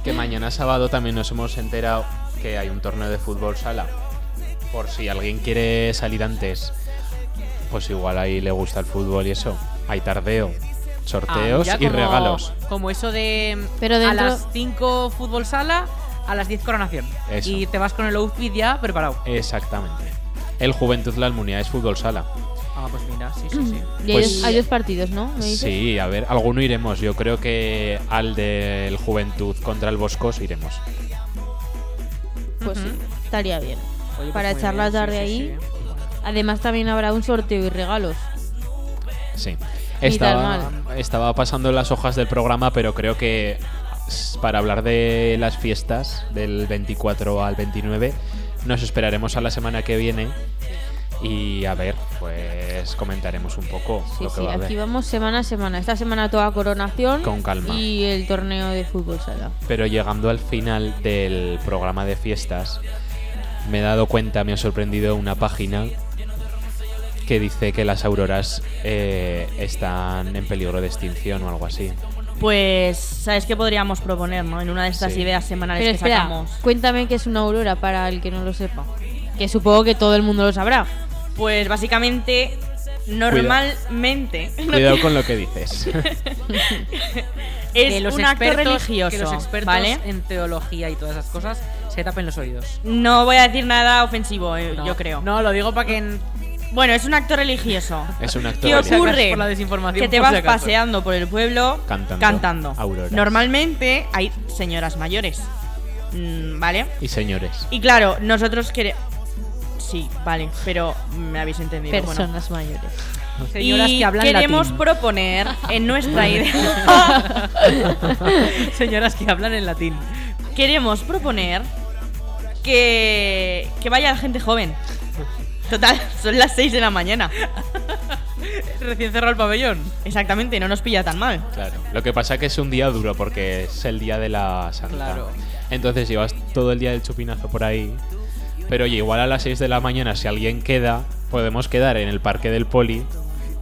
Speaker 4: Que mañana sábado también nos hemos enterado que hay un torneo de fútbol sala. Por si alguien quiere salir antes, pues igual ahí le gusta el fútbol y eso. Hay tardeo, sorteos
Speaker 2: Ah, ya
Speaker 4: y
Speaker 2: como-
Speaker 4: regalos.
Speaker 2: Como eso de mm,
Speaker 5: Pero dentro-
Speaker 2: a las 5 fútbol sala, a las 10 coronación.
Speaker 4: Eso.
Speaker 2: Y te vas con el outfit ya preparado.
Speaker 4: Exactamente. El Juventud La Almunia es fútbol sala.
Speaker 2: Ah, pues mira, sí, sí, sí.
Speaker 5: Y hay,
Speaker 4: Pues-
Speaker 5: dos- hay dos partidos,
Speaker 2: Ah,
Speaker 5: ¿no? ¿Me dices?
Speaker 4: Sí, a ver, alguno iremos. Yo creo que al del Juventud contra el Boscos iremos.
Speaker 5: Pues sí, estaría bien.
Speaker 2: Oye, pues
Speaker 5: Para
Speaker 2: muy
Speaker 5: echar
Speaker 2: bien,
Speaker 5: la
Speaker 2: sí,
Speaker 5: tarde
Speaker 2: sí,
Speaker 5: ahí.
Speaker 2: sí.
Speaker 5: Además también habrá un sorteo y regalos.
Speaker 4: Sí.
Speaker 5: Ni
Speaker 4: Estaba,
Speaker 5: tan
Speaker 4: estaba pasando las hojas del programa, pero creo que s- para hablar de las fiestas del 24 al 29 nos esperaremos a la semana que viene y a ver, pues comentaremos un poco
Speaker 5: Sí,
Speaker 4: lo que
Speaker 5: sí,
Speaker 4: va a
Speaker 5: aquí
Speaker 4: haber.
Speaker 5: vamos semana a semana. Esta semana toda coronación
Speaker 4: Con calma.
Speaker 5: y el torneo de fútbol sala.
Speaker 4: Pero llegando al final del programa de fiestas, me he dado cuenta, me ha sorprendido una página que dice que las auroras eh, están en peligro de extinción o algo así.
Speaker 3: Pues, ¿sabes qué podríamos proponer, no? En una de estas
Speaker 4: Sí.
Speaker 3: ideas semanales
Speaker 5: Pero
Speaker 3: que
Speaker 5: espera,
Speaker 3: sacamos.
Speaker 5: cuéntame qué es una aurora para el que no lo sepa. Que supongo que todo el mundo lo sabrá.
Speaker 3: Pues básicamente, normalmente
Speaker 4: Cuidado con lo que dices.
Speaker 3: es
Speaker 2: Que los
Speaker 3: un acto
Speaker 2: expertos-
Speaker 3: religioso,
Speaker 2: Que los expertos
Speaker 3: ¿vale?
Speaker 2: en teología y todas esas cosas se tapen los oídos.
Speaker 3: No voy a decir nada ofensivo, eh,
Speaker 2: No.
Speaker 3: yo creo.
Speaker 2: No, lo digo para que. en-
Speaker 3: Bueno, es un acto religioso.
Speaker 4: Es un acto
Speaker 3: ¿Qué
Speaker 4: válido.
Speaker 2: Por si acaso,
Speaker 3: ocurre?
Speaker 2: por la desinformación,
Speaker 3: que te
Speaker 2: por si
Speaker 3: vas
Speaker 2: acaso.
Speaker 3: paseando por el pueblo
Speaker 4: Cantando. Auroras.
Speaker 3: Normalmente hay señoras mayores, mm, ¿vale?
Speaker 4: Y señores.
Speaker 3: Y claro, nosotros queremos... Sí, vale, pero me habéis entendido. bueno.
Speaker 5: Personas mayores.
Speaker 2: Señoras
Speaker 3: y
Speaker 2: que hablan
Speaker 3: queremos
Speaker 2: latín.
Speaker 3: proponer en nuestra idea...
Speaker 2: Señoras que hablan en latín.
Speaker 3: queremos proponer que, que vaya gente joven. Total, son las 6 de la mañana.
Speaker 2: Recién cerrado el pabellón.
Speaker 3: Exactamente, no nos pilla tan mal.
Speaker 4: Claro. Lo que pasa que es un día duro porque es el día de la santa.
Speaker 2: Claro.
Speaker 4: Entonces llevas todo el día del chupinazo por ahí. Pero oye, igual a las 6 de la mañana, si alguien queda, podemos quedar en el parque del poli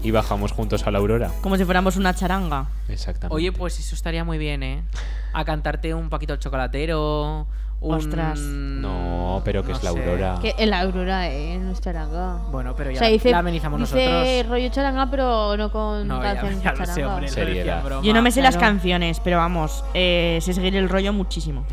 Speaker 4: y bajamos juntos a la aurora.
Speaker 3: Como si fuéramos una charanga.
Speaker 4: Exactamente.
Speaker 2: Oye, pues eso estaría muy bien, ¿eh? A cantarte un paquito al chocolatero. Un...
Speaker 3: Ostras.
Speaker 4: Mm, No, pero que
Speaker 2: no
Speaker 4: es la
Speaker 2: sé.
Speaker 4: aurora.
Speaker 3: Ah.
Speaker 5: Que la aurora eh, es nuestra charanga.
Speaker 2: Bueno, pero
Speaker 5: O
Speaker 2: ya
Speaker 5: sea,
Speaker 2: la-
Speaker 5: dice,
Speaker 2: la amenizamos
Speaker 5: dice
Speaker 2: nosotros.
Speaker 5: rollo charanga, pero no con
Speaker 2: No, ya,
Speaker 5: canciones
Speaker 2: ya lo sé,
Speaker 5: charanga.
Speaker 2: hombre. lo
Speaker 4: Seriedad.
Speaker 2: decía en broma.
Speaker 3: Yo no me sé las
Speaker 5: claro.
Speaker 3: canciones, pero vamos, eh, sé seguir el rollo muchísimo.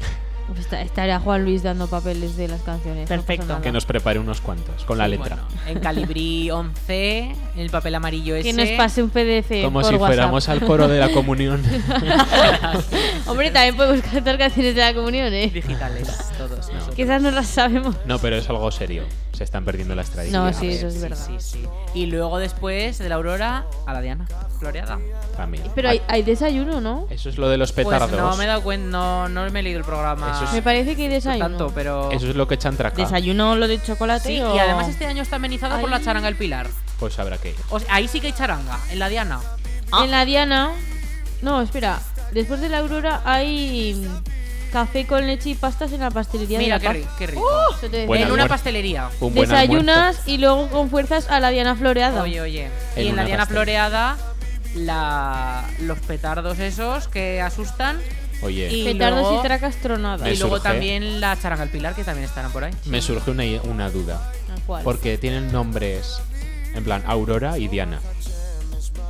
Speaker 5: Pues está- Estará Juan Luis dando papeles de las canciones. no pasa
Speaker 3: Perfecto.
Speaker 5: nada.
Speaker 4: Que nos prepare unos cuantos con la
Speaker 2: Sí,
Speaker 4: letra.
Speaker 2: bueno, en calibrí 11, en el papel amarillo ese.
Speaker 5: Que nos pase un PDF
Speaker 4: Como
Speaker 5: por
Speaker 4: si
Speaker 5: WhatsApp.
Speaker 4: fuéramos al coro de la comunión.
Speaker 5: Hombre, también podemos cantar canciones de la comunión, ¿eh?
Speaker 2: digitales todos nosotros.
Speaker 5: Que esas no las sabemos.
Speaker 4: no, pero es algo serio. Se están perdiendo las tradiciones.
Speaker 5: No, sí, eso es
Speaker 2: Sí,
Speaker 5: verdad.
Speaker 2: sí, sí. Y luego después de la aurora a la Diana floreada.
Speaker 4: También.
Speaker 5: Pero hay, hay desayuno, ¿no?
Speaker 4: Eso es lo de los
Speaker 2: Pues
Speaker 4: petardos.
Speaker 2: no me he dado cuenta, no, no me he leído el programa.
Speaker 4: Eso es-
Speaker 5: Me parece que hay desayuno.
Speaker 2: tanto, pero
Speaker 4: Eso es lo que echan traca.
Speaker 3: ¿Desayuno lo de chocolate
Speaker 2: Sí,
Speaker 3: o-
Speaker 2: y además este año está amenizado por la
Speaker 5: Ay.
Speaker 2: charanga El Pilar.
Speaker 4: Pues habrá que ir.
Speaker 2: O sea, ahí sí que hay charanga, en la Diana.
Speaker 5: Ah. En la Diana. No, espera. Después de la Aurora hay mm, café con leche y pastas en la pastelería
Speaker 2: Mira,
Speaker 5: de
Speaker 2: qué,
Speaker 5: la
Speaker 2: ri-
Speaker 5: Paz.
Speaker 2: qué rico.
Speaker 5: Eso te
Speaker 4: Buen
Speaker 2: en una
Speaker 4: almuerzo.
Speaker 2: pastelería.
Speaker 4: Un buen almuerzo.
Speaker 5: Desayunas y luego con fuerzas a la Diana Floreada.
Speaker 2: Oye, oye.
Speaker 4: En
Speaker 2: y en la
Speaker 4: una
Speaker 2: Diana
Speaker 4: pastelería.
Speaker 2: Floreada, la, los petardos esos que asustan.
Speaker 4: Oye,
Speaker 2: Y
Speaker 5: Petardos
Speaker 2: luego-
Speaker 5: y tracas tronadas.
Speaker 4: Me
Speaker 2: y luego
Speaker 4: surge-
Speaker 2: también la charanga El Pilar, que también estarán por ahí.
Speaker 4: me surge una, una duda.
Speaker 5: Tal cual.
Speaker 4: Porque tienen nombres. En plan, Aurora y Diana.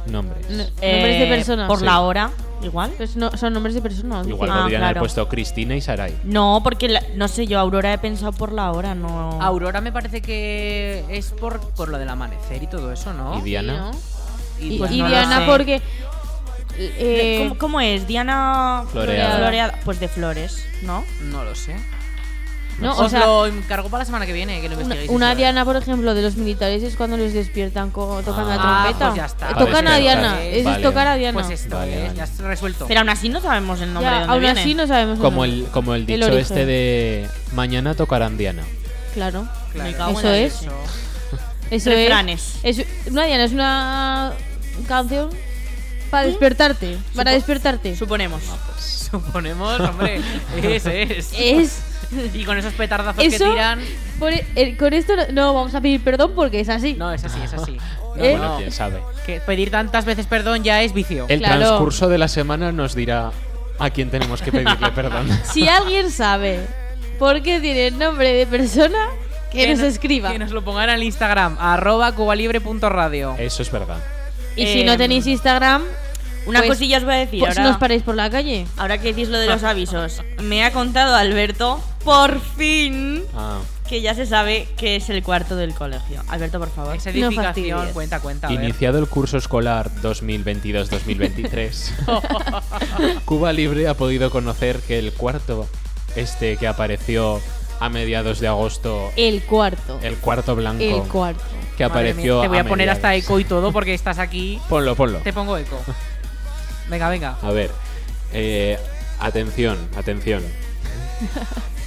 Speaker 4: Nombres.
Speaker 5: No-
Speaker 3: Eh,
Speaker 5: nombres de personas.
Speaker 3: Por
Speaker 4: Sí.
Speaker 3: la hora, igual.
Speaker 5: Pues no, son nombres de personas.
Speaker 4: Igual
Speaker 5: dice.
Speaker 3: Ah,
Speaker 4: podrían haber
Speaker 3: claro.
Speaker 4: puesto Cristina y Sarai.
Speaker 3: No, porque la- no sé, yo Aurora he pensado por la hora, no.
Speaker 2: Aurora me parece que es por, por lo del amanecer y todo eso, ¿no?
Speaker 4: Y Diana.
Speaker 5: Y,
Speaker 2: pues
Speaker 5: y
Speaker 2: no lo
Speaker 5: Diana
Speaker 2: sé.
Speaker 5: porque... eh,
Speaker 3: De- ¿cómo, cómo es? Diana
Speaker 4: Floreada.
Speaker 3: Pues de flores, ¿no?
Speaker 2: No lo sé.
Speaker 5: No, o
Speaker 2: Os
Speaker 5: sea,
Speaker 2: lo encargo para la semana que viene, que lo
Speaker 5: una,
Speaker 2: investiguéis.
Speaker 5: una
Speaker 2: eso.
Speaker 5: Diana, por ejemplo, de los militares es cuando les despiertan co- tocando
Speaker 2: Ah,
Speaker 5: la trompeta.
Speaker 2: pues ya está.
Speaker 5: Eh, Tocan
Speaker 4: Vale,
Speaker 5: a Diana,
Speaker 4: vale,
Speaker 5: eso
Speaker 4: vale.
Speaker 5: es tocar a Diana.
Speaker 2: Pues esto,
Speaker 4: Vale,
Speaker 2: ¿eh?
Speaker 4: vale.
Speaker 2: ya está resuelto.
Speaker 3: Pero aún así no sabemos el nombre
Speaker 5: Ya,
Speaker 3: de dónde
Speaker 5: aún
Speaker 3: viene.
Speaker 5: así no sabemos
Speaker 4: Como
Speaker 5: nombre.
Speaker 4: el, como el
Speaker 5: El
Speaker 4: dicho
Speaker 5: origen.
Speaker 4: este de mañana tocarán Diana.
Speaker 5: Claro.
Speaker 2: Claro.
Speaker 3: Me cago en
Speaker 5: Eso
Speaker 3: la
Speaker 5: es.
Speaker 3: leche.
Speaker 5: Eso
Speaker 3: Refranes.
Speaker 5: es. es- Una Diana es una canción para despertarte. Para despertarte.
Speaker 3: Suponemos.
Speaker 4: Ah, pues.
Speaker 2: Suponemos, hombre, ese es.
Speaker 5: Es.
Speaker 2: Y con esos petardazos que
Speaker 5: Eso.
Speaker 2: tiran.
Speaker 5: por- eh, con esto no, no vamos a pedir perdón porque es así.
Speaker 2: No, es así, es así. No,
Speaker 5: ¿Eh?
Speaker 4: Bueno,
Speaker 2: no.
Speaker 4: quién sabe.
Speaker 2: Que pedir tantas veces perdón ya es vicio.
Speaker 4: El
Speaker 5: Claro.
Speaker 4: transcurso de la semana nos dirá a quién tenemos que pedirle perdón.
Speaker 5: Si alguien sabe por qué tiene nombre de persona, que nos
Speaker 2: no-
Speaker 5: escriba.
Speaker 2: Que nos lo pongan al Instagram, arroba cubalibre.radio.
Speaker 4: Eso es verdad.
Speaker 5: Y si no
Speaker 3: Em,
Speaker 5: tenéis Instagram,
Speaker 3: Una
Speaker 5: Pues-
Speaker 3: cosilla os voy a decir.
Speaker 5: pues no
Speaker 3: ahora,
Speaker 5: os paréis por la calle. Ah.
Speaker 3: ahora que decís lo de los avisos, me ha contado Alberto, por fin,
Speaker 4: Ah.
Speaker 3: que ya se sabe que es el cuarto del colegio. Alberto, por favor.
Speaker 2: Esa
Speaker 5: No
Speaker 2: edificación,
Speaker 5: fastidies.
Speaker 2: cuenta, cuenta. a ver.
Speaker 4: Iniciado el curso escolar 2022-2023, Cuba Libre ha podido conocer que el cuarto, este que apareció a mediados de agosto,
Speaker 5: El cuarto.
Speaker 4: el cuarto blanco,
Speaker 5: El cuarto.
Speaker 4: que
Speaker 2: Madre
Speaker 4: apareció.
Speaker 2: mía, Te voy a poner
Speaker 4: mediados.
Speaker 2: hasta eco y todo porque estás aquí.
Speaker 4: Ponlo, ponlo.
Speaker 2: Te pongo eco. Venga, venga.
Speaker 4: A ver, eh, atención, atención.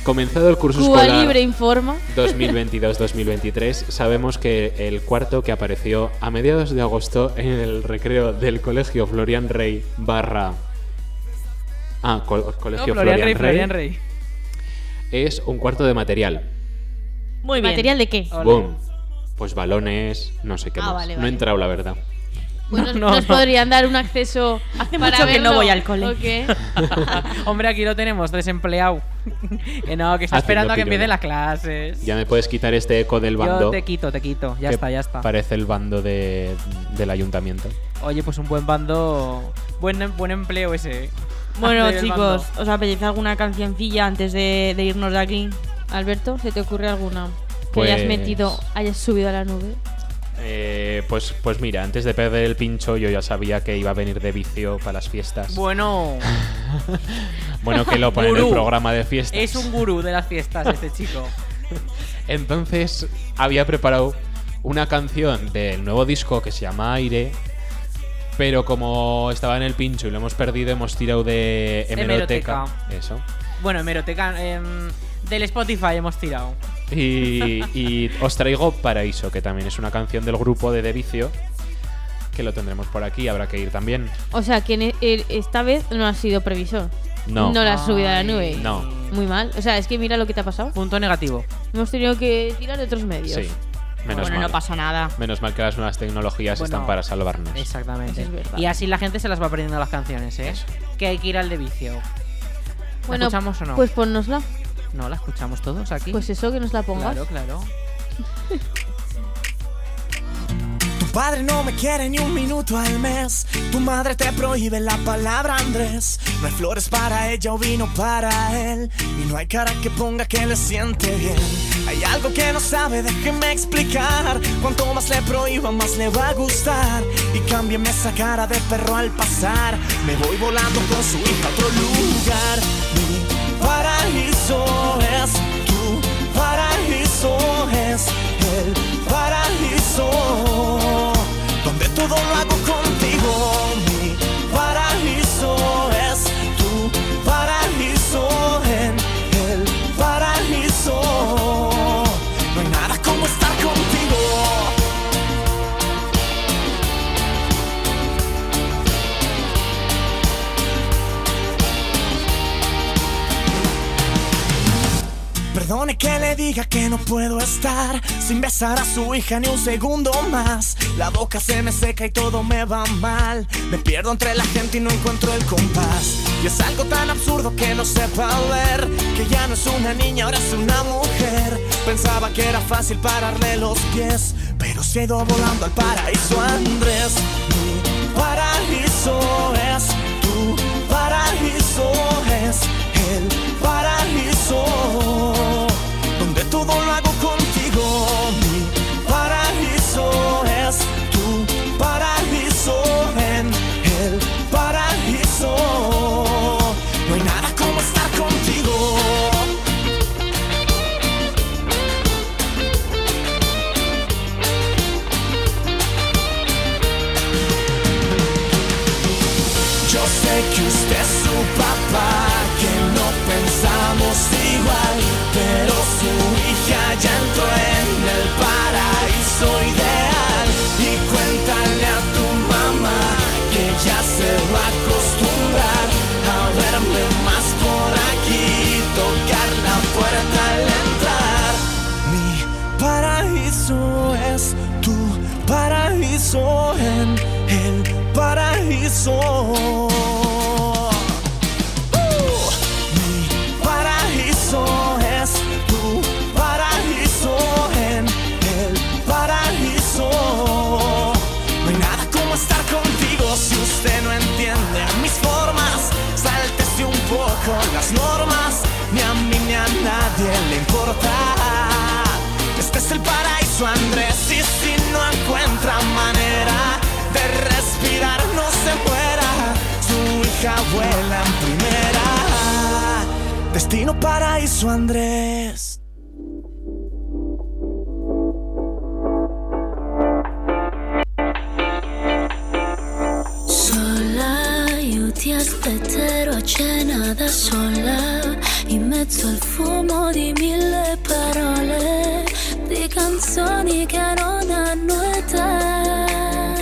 Speaker 4: Comenzado el curso
Speaker 5: Cuba
Speaker 4: escolar.
Speaker 5: Libre informa.
Speaker 4: 2022-2023, sabemos que el cuarto que apareció a mediados de agosto en el recreo del Colegio Florian Rey barra... Ah, col-
Speaker 2: No,
Speaker 4: Colegio
Speaker 2: Florian Rey,
Speaker 4: Florian,
Speaker 2: Florian
Speaker 4: Rey
Speaker 2: Rey.
Speaker 4: es un cuarto de material.
Speaker 3: Muy bien.
Speaker 5: ¿Material de qué?
Speaker 2: Ole.
Speaker 4: Boom. Pues balones, no sé qué
Speaker 5: Ah,
Speaker 4: más.
Speaker 5: vale,
Speaker 4: No
Speaker 5: vale.
Speaker 4: he entrado, la verdad.
Speaker 5: Pues nos,
Speaker 2: no,
Speaker 5: nos
Speaker 2: no.
Speaker 5: podrían dar un acceso
Speaker 3: Hace
Speaker 5: para
Speaker 3: mucho que no
Speaker 5: verlo,
Speaker 3: voy al cole.
Speaker 5: ¿o qué?
Speaker 2: Hombre, aquí lo tenemos, desempleado. que no, que
Speaker 4: Haciendo
Speaker 2: está esperando a que
Speaker 4: pirula.
Speaker 2: empiecen las clases.
Speaker 4: Ya me puedes quitar este eco del
Speaker 2: Yo
Speaker 4: bando.
Speaker 2: te quito, te quito. Ya
Speaker 4: que
Speaker 2: está, ya está.
Speaker 4: Parece el bando de- del ayuntamiento.
Speaker 2: Oye, pues un buen bando. Buen, buen empleo ese.
Speaker 3: Bueno,
Speaker 2: Del
Speaker 3: chicos,
Speaker 2: bando.
Speaker 3: ¿os apetece alguna cancioncilla antes de, de irnos de aquí?
Speaker 5: Alberto, ¿se te ocurre alguna que
Speaker 4: Pues-
Speaker 5: hayas metido, hayas subido a la nube?
Speaker 4: Eh, pues, pues mira, antes de perder el pincho yo ya sabía que iba a venir de vicio para las fiestas.
Speaker 2: Bueno,
Speaker 4: Bueno, que lo ponen en el
Speaker 2: Gurú.
Speaker 4: programa de fiestas.
Speaker 2: es un gurú de las fiestas este chico.
Speaker 4: Entonces había preparado una canción del nuevo disco que se llama Aire, pero como estaba en el pincho y lo hemos perdido, hemos tirado de hemeroteca.
Speaker 2: Hemeroteca.
Speaker 4: Eso.
Speaker 2: Bueno, hemeroteca em, del Spotify hemos tirado.
Speaker 4: Y, y os traigo Paraíso, que también es una canción del grupo de De Vicio, que lo tendremos por aquí, habrá que ir también.
Speaker 5: O sea, que en e- el- esta vez no has sido previsor.
Speaker 4: No.
Speaker 5: No la has subido a la nube.
Speaker 4: No.
Speaker 5: Muy mal. O sea, es que mira lo que te ha pasado.
Speaker 2: Punto negativo.
Speaker 5: Hemos tenido que tirar de otros medios.
Speaker 4: Sí. Menos
Speaker 3: bueno,
Speaker 4: mal.
Speaker 3: no pasa nada.
Speaker 4: Menos mal que las nuevas tecnologías
Speaker 2: Bueno,
Speaker 4: están para salvarnos.
Speaker 2: Exactamente.
Speaker 5: Eso es verdad.
Speaker 2: y así la gente se las va aprendiendo las canciones, ¿eh?
Speaker 4: Eso.
Speaker 2: Que hay que ir al de vicio. ¿La
Speaker 5: Bueno,
Speaker 2: escuchamos o no?
Speaker 5: Pues ponnosla.
Speaker 2: no, la escuchamos todos aquí.
Speaker 5: Pues eso, que nos la pongas.
Speaker 2: claro, claro.
Speaker 6: Tu padre no me quiere ni un minuto al mes. Tu madre te prohíbe la palabra Andrés. No hay flores para ella o vino para él. Y no hay cara que ponga que le siente bien. Hay algo que no sabe, déjeme explicar. Cuanto más le prohíba, más le va a gustar. Y cámbiame esa cara de perro al pasar. Me voy volando con su hija a otro lugar. Mi paraíso es tu paraíso es el paraíso donde todo lo hago contigo mi paraíso es tu paraíso en el paraíso no hay nada como estar contigo Perdone que le diga que no puedo estar sin besar a su hija ni un segundo más. La boca se me seca y todo me va mal. Me pierdo entre la gente y no encuentro el compás. Y es algo tan absurdo que no sepa ver que ya no es una niña, ahora es una mujer. Pensaba que era fácil pararle los pies, pero se ha ido volando al paraíso Andrés. Mi paraíso es tu paraíso es el paraíso donde todo lo hago contigo. Mi paraíso es tu paraíso en el paraíso. No hay nada como estar contigo. bajo las normas, ni a mí ni a nadie le importa. Este es el paraíso, Andrés, y si no encuentra manera de respirar, no se muera. Su hija vuela en primera. Destino paraíso, Andrés.
Speaker 9: Sola, io ti aspetterò a cena da sola, in mezzo al fumo di mille parole, di canzoni che non hanno età.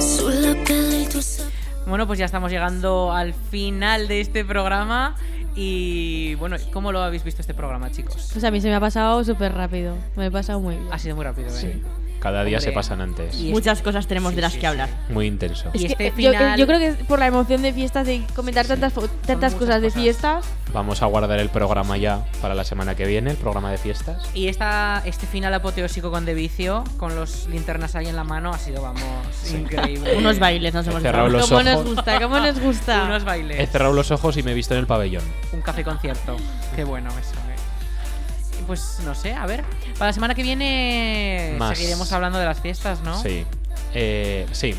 Speaker 9: Sulla pelle tu sapore
Speaker 2: Bueno, pues ya estamos llegando al final de este programa. Y bueno, ¿cómo lo habéis visto este programa, chicos?
Speaker 5: Pues a mí se me ha pasado súper rápido. Me lo he pasado muy bien.
Speaker 2: Ha sido muy rápido, ¿eh?
Speaker 5: Sí.
Speaker 4: Cada día
Speaker 2: Hombre.
Speaker 4: se pasan antes.
Speaker 2: Y-
Speaker 3: Muchas cosas tenemos
Speaker 2: Sí,
Speaker 3: de las
Speaker 2: sí,
Speaker 3: que
Speaker 2: sí.
Speaker 3: hablar.
Speaker 4: Muy intenso.
Speaker 2: Y
Speaker 5: Es
Speaker 2: este
Speaker 5: que Eh, yo-
Speaker 2: final-
Speaker 5: yo, creo que es por la emoción de fiestas, de comentar tantas, fo-
Speaker 2: muchas
Speaker 5: tantas cosas de
Speaker 2: cosas.
Speaker 5: fiestas.
Speaker 4: Vamos a guardar el programa ya para la semana que viene, el programa de fiestas.
Speaker 2: Y esta, este final apoteósico con De Vicio, con los linternas ahí en la mano, ha sido, vamos, increíble.
Speaker 3: Unos bailes nos hemos
Speaker 4: Cerrado los
Speaker 5: ¿Cómo nos
Speaker 4: ojos.
Speaker 5: gusta? ¿Cómo nos gusta?
Speaker 2: Unos
Speaker 4: He
Speaker 2: bailes.
Speaker 4: cerrado los ojos y me he visto en el pabellón.
Speaker 2: Un café concierto. Qué bueno eso, eh. Y Pues no sé, a ver. Para la semana que viene
Speaker 4: Más.
Speaker 2: seguiremos hablando de las fiestas, ¿no?
Speaker 4: Sí. Eh, sí.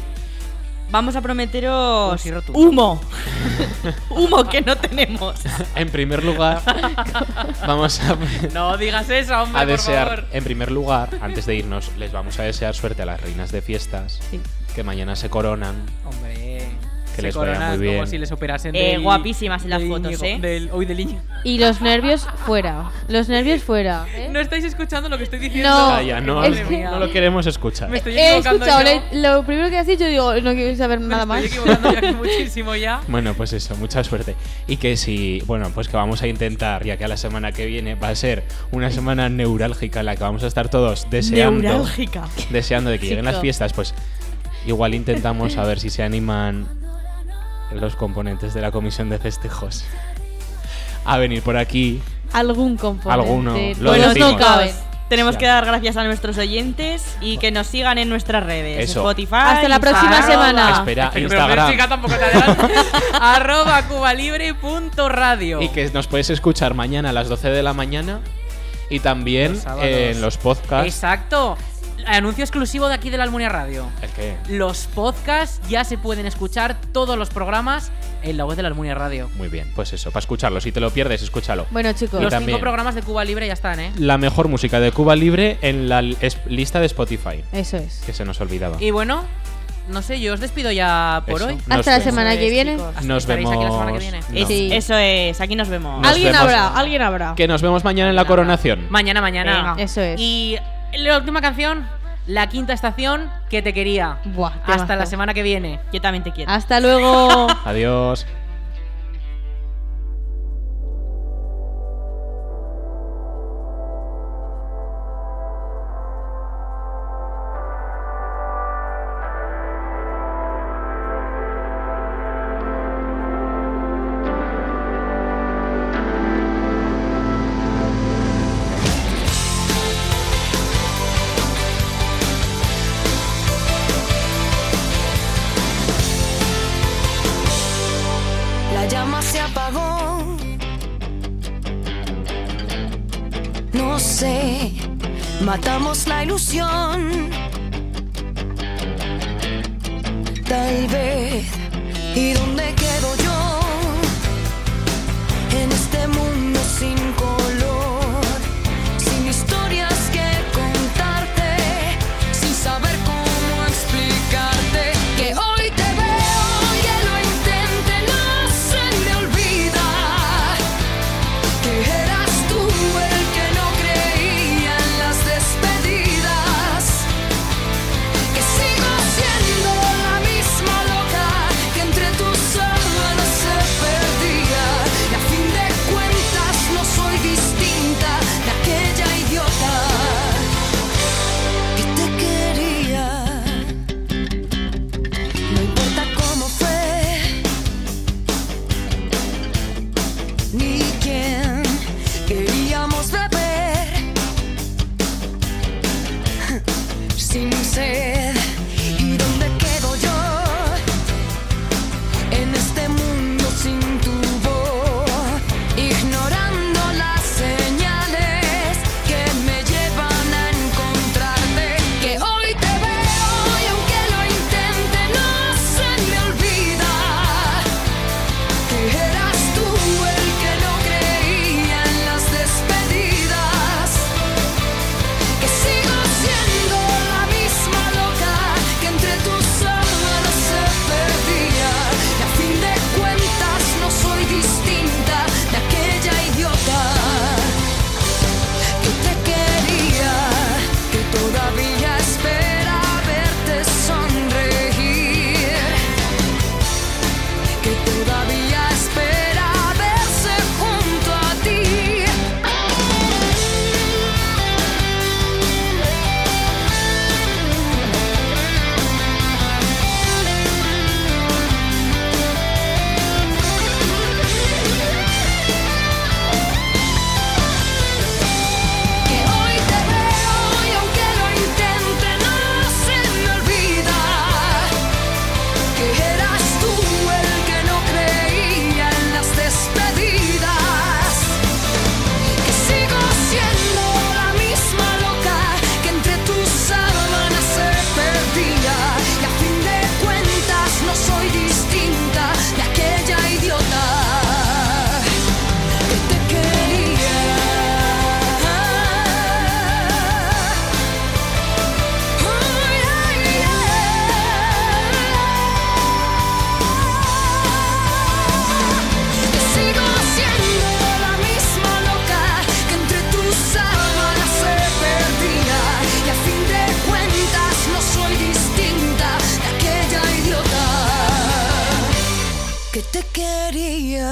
Speaker 3: Vamos a
Speaker 2: Un
Speaker 3: prometeros
Speaker 2: sirotudo.
Speaker 3: humo. humo que no tenemos.
Speaker 4: En primer lugar, vamos a,
Speaker 2: No digas eso, hombre,
Speaker 4: a
Speaker 2: por
Speaker 4: desear.
Speaker 2: favor.
Speaker 4: En primer lugar, antes de irnos, les vamos a desear suerte a las reinas de fiestas
Speaker 5: Sí.
Speaker 4: que mañana se coronan.
Speaker 2: Hombre.
Speaker 4: Que
Speaker 2: se
Speaker 4: les vaya
Speaker 2: coronan
Speaker 4: muy bien.
Speaker 2: Como si les operasen
Speaker 3: Eh,
Speaker 2: del-
Speaker 3: guapísimas en las
Speaker 2: del
Speaker 3: fotos,
Speaker 2: Íñigo-
Speaker 3: ¿eh?
Speaker 2: Del, hoy del Íñigo.
Speaker 5: Y los nervios fuera. Los nervios fuera. ¿eh?
Speaker 2: No estáis escuchando lo que estoy diciendo.
Speaker 5: No.
Speaker 4: Calla, Ah, no,
Speaker 5: es que-
Speaker 4: no lo queremos escuchar.
Speaker 2: Me estoy
Speaker 5: He
Speaker 2: equivocando
Speaker 5: escuchado
Speaker 2: yo.
Speaker 5: le- lo primero que has dicho digo, no quiero saber
Speaker 2: Me
Speaker 5: nada más.
Speaker 2: Estoy equivocando yo aquí muchísimo ya.
Speaker 4: Bueno, pues eso, mucha suerte. Y que si, bueno, pues que vamos a intentar, ya que a la semana que viene va a ser una semana neurálgica en la que vamos a estar todos deseando,
Speaker 3: Neurálgica.
Speaker 4: deseando de que lleguen las
Speaker 5: Chico.
Speaker 4: fiestas, pues igual intentamos a ver si se animan los componentes de la comisión de festejos a venir por aquí.
Speaker 5: Algún componente.
Speaker 4: Alguno, lo
Speaker 5: Bueno,
Speaker 4: decimos.
Speaker 5: no caben.
Speaker 3: Tenemos
Speaker 4: Ya.
Speaker 3: que dar gracias a nuestros oyentes y que nos sigan en nuestras redes.
Speaker 4: Eso.
Speaker 3: Spotify.
Speaker 5: Hasta la próxima
Speaker 3: Instagram.
Speaker 5: semana.
Speaker 4: Ah, Espera,
Speaker 2: Pero, pero, chica,
Speaker 4: Instagram.
Speaker 2: tampoco te adelantes. Arroba cubalibre.radio.
Speaker 4: Y que nos puedes escuchar mañana a las 12 de la mañana y también
Speaker 2: Los sábados.
Speaker 4: en los podcasts.
Speaker 2: Exacto. Anuncio exclusivo de aquí de la Almunia Radio.
Speaker 4: ¿El qué?
Speaker 2: Los podcasts ya se pueden escuchar todos los programas en la web de la Almunia Radio.
Speaker 4: Muy bien, pues eso, para escucharlo. Si te lo pierdes, escúchalo.
Speaker 5: Bueno, chicos.
Speaker 4: Y
Speaker 2: Los
Speaker 4: también-
Speaker 2: cinco programas de Cuba Libre ya están, ¿eh?
Speaker 4: la mejor música de Cuba Libre en la l- es- lista de Spotify,
Speaker 5: Eso es.
Speaker 4: que se nos olvidaba.
Speaker 2: Y bueno, no sé, yo os despido ya por
Speaker 4: Eso.
Speaker 2: hoy.
Speaker 4: Nos
Speaker 5: Hasta la
Speaker 4: vemos.
Speaker 5: semana que viene.
Speaker 2: Pues Chicos,
Speaker 4: Nos
Speaker 2: estaréis
Speaker 4: vemos.
Speaker 2: aquí la semana que viene.
Speaker 4: No.
Speaker 5: Sí.
Speaker 3: Eso es, aquí nos vemos.
Speaker 4: Nos
Speaker 5: alguien
Speaker 4: vemos.
Speaker 5: habrá, alguien habrá.
Speaker 4: Que nos vemos mañana en la coronación.
Speaker 2: Mañana, mañana.
Speaker 3: Venga.
Speaker 5: Eso es.
Speaker 2: Y la última canción, la quinta estación, que te quería.
Speaker 5: Buah,
Speaker 2: Hasta la
Speaker 5: temazo.
Speaker 2: semana que viene.
Speaker 3: Yo también te quiero.
Speaker 5: Hasta luego.
Speaker 4: Adiós.
Speaker 9: La llama se apagó. No sé, matamos la ilusión. Tal vez, ¿y dónde quedo yo? En este mundo sin color, sin historias que contarte, sin saber cómo explicarte que hoy te veo y lo intente, no se me olvida que eras tú el que no creía en las despedidas. Que sigo siendo la misma loca que entre tus sábanas este Ignorando las señales que me llevan a encontrarte, que hoy te veo y aunque lo intente no se me olvida. Que eras tú el que no creía en las despedidas. Que sigo siendo la misma loca que entre tus sábanas se perdía. Y a fin de cuentas no soy distinta de aquella idiota que te quería, que todavía espera verte sonreír que todavía espera verse junto a ti. Que hoy te veo y aunque lo intente no se me olvida Que eras tú el que no creía en las despedidas Que sigo siendo la misma loca que entre tus sábanas se perdía Y a fin de cuentas no soy distinta de aquella idiota que te quería Oh, yeah, yeah. Que sigo siendo la misma loca que entre tus sábanas se perdía y a fin de cuentas no soy distinta de aquella idiota que te quería.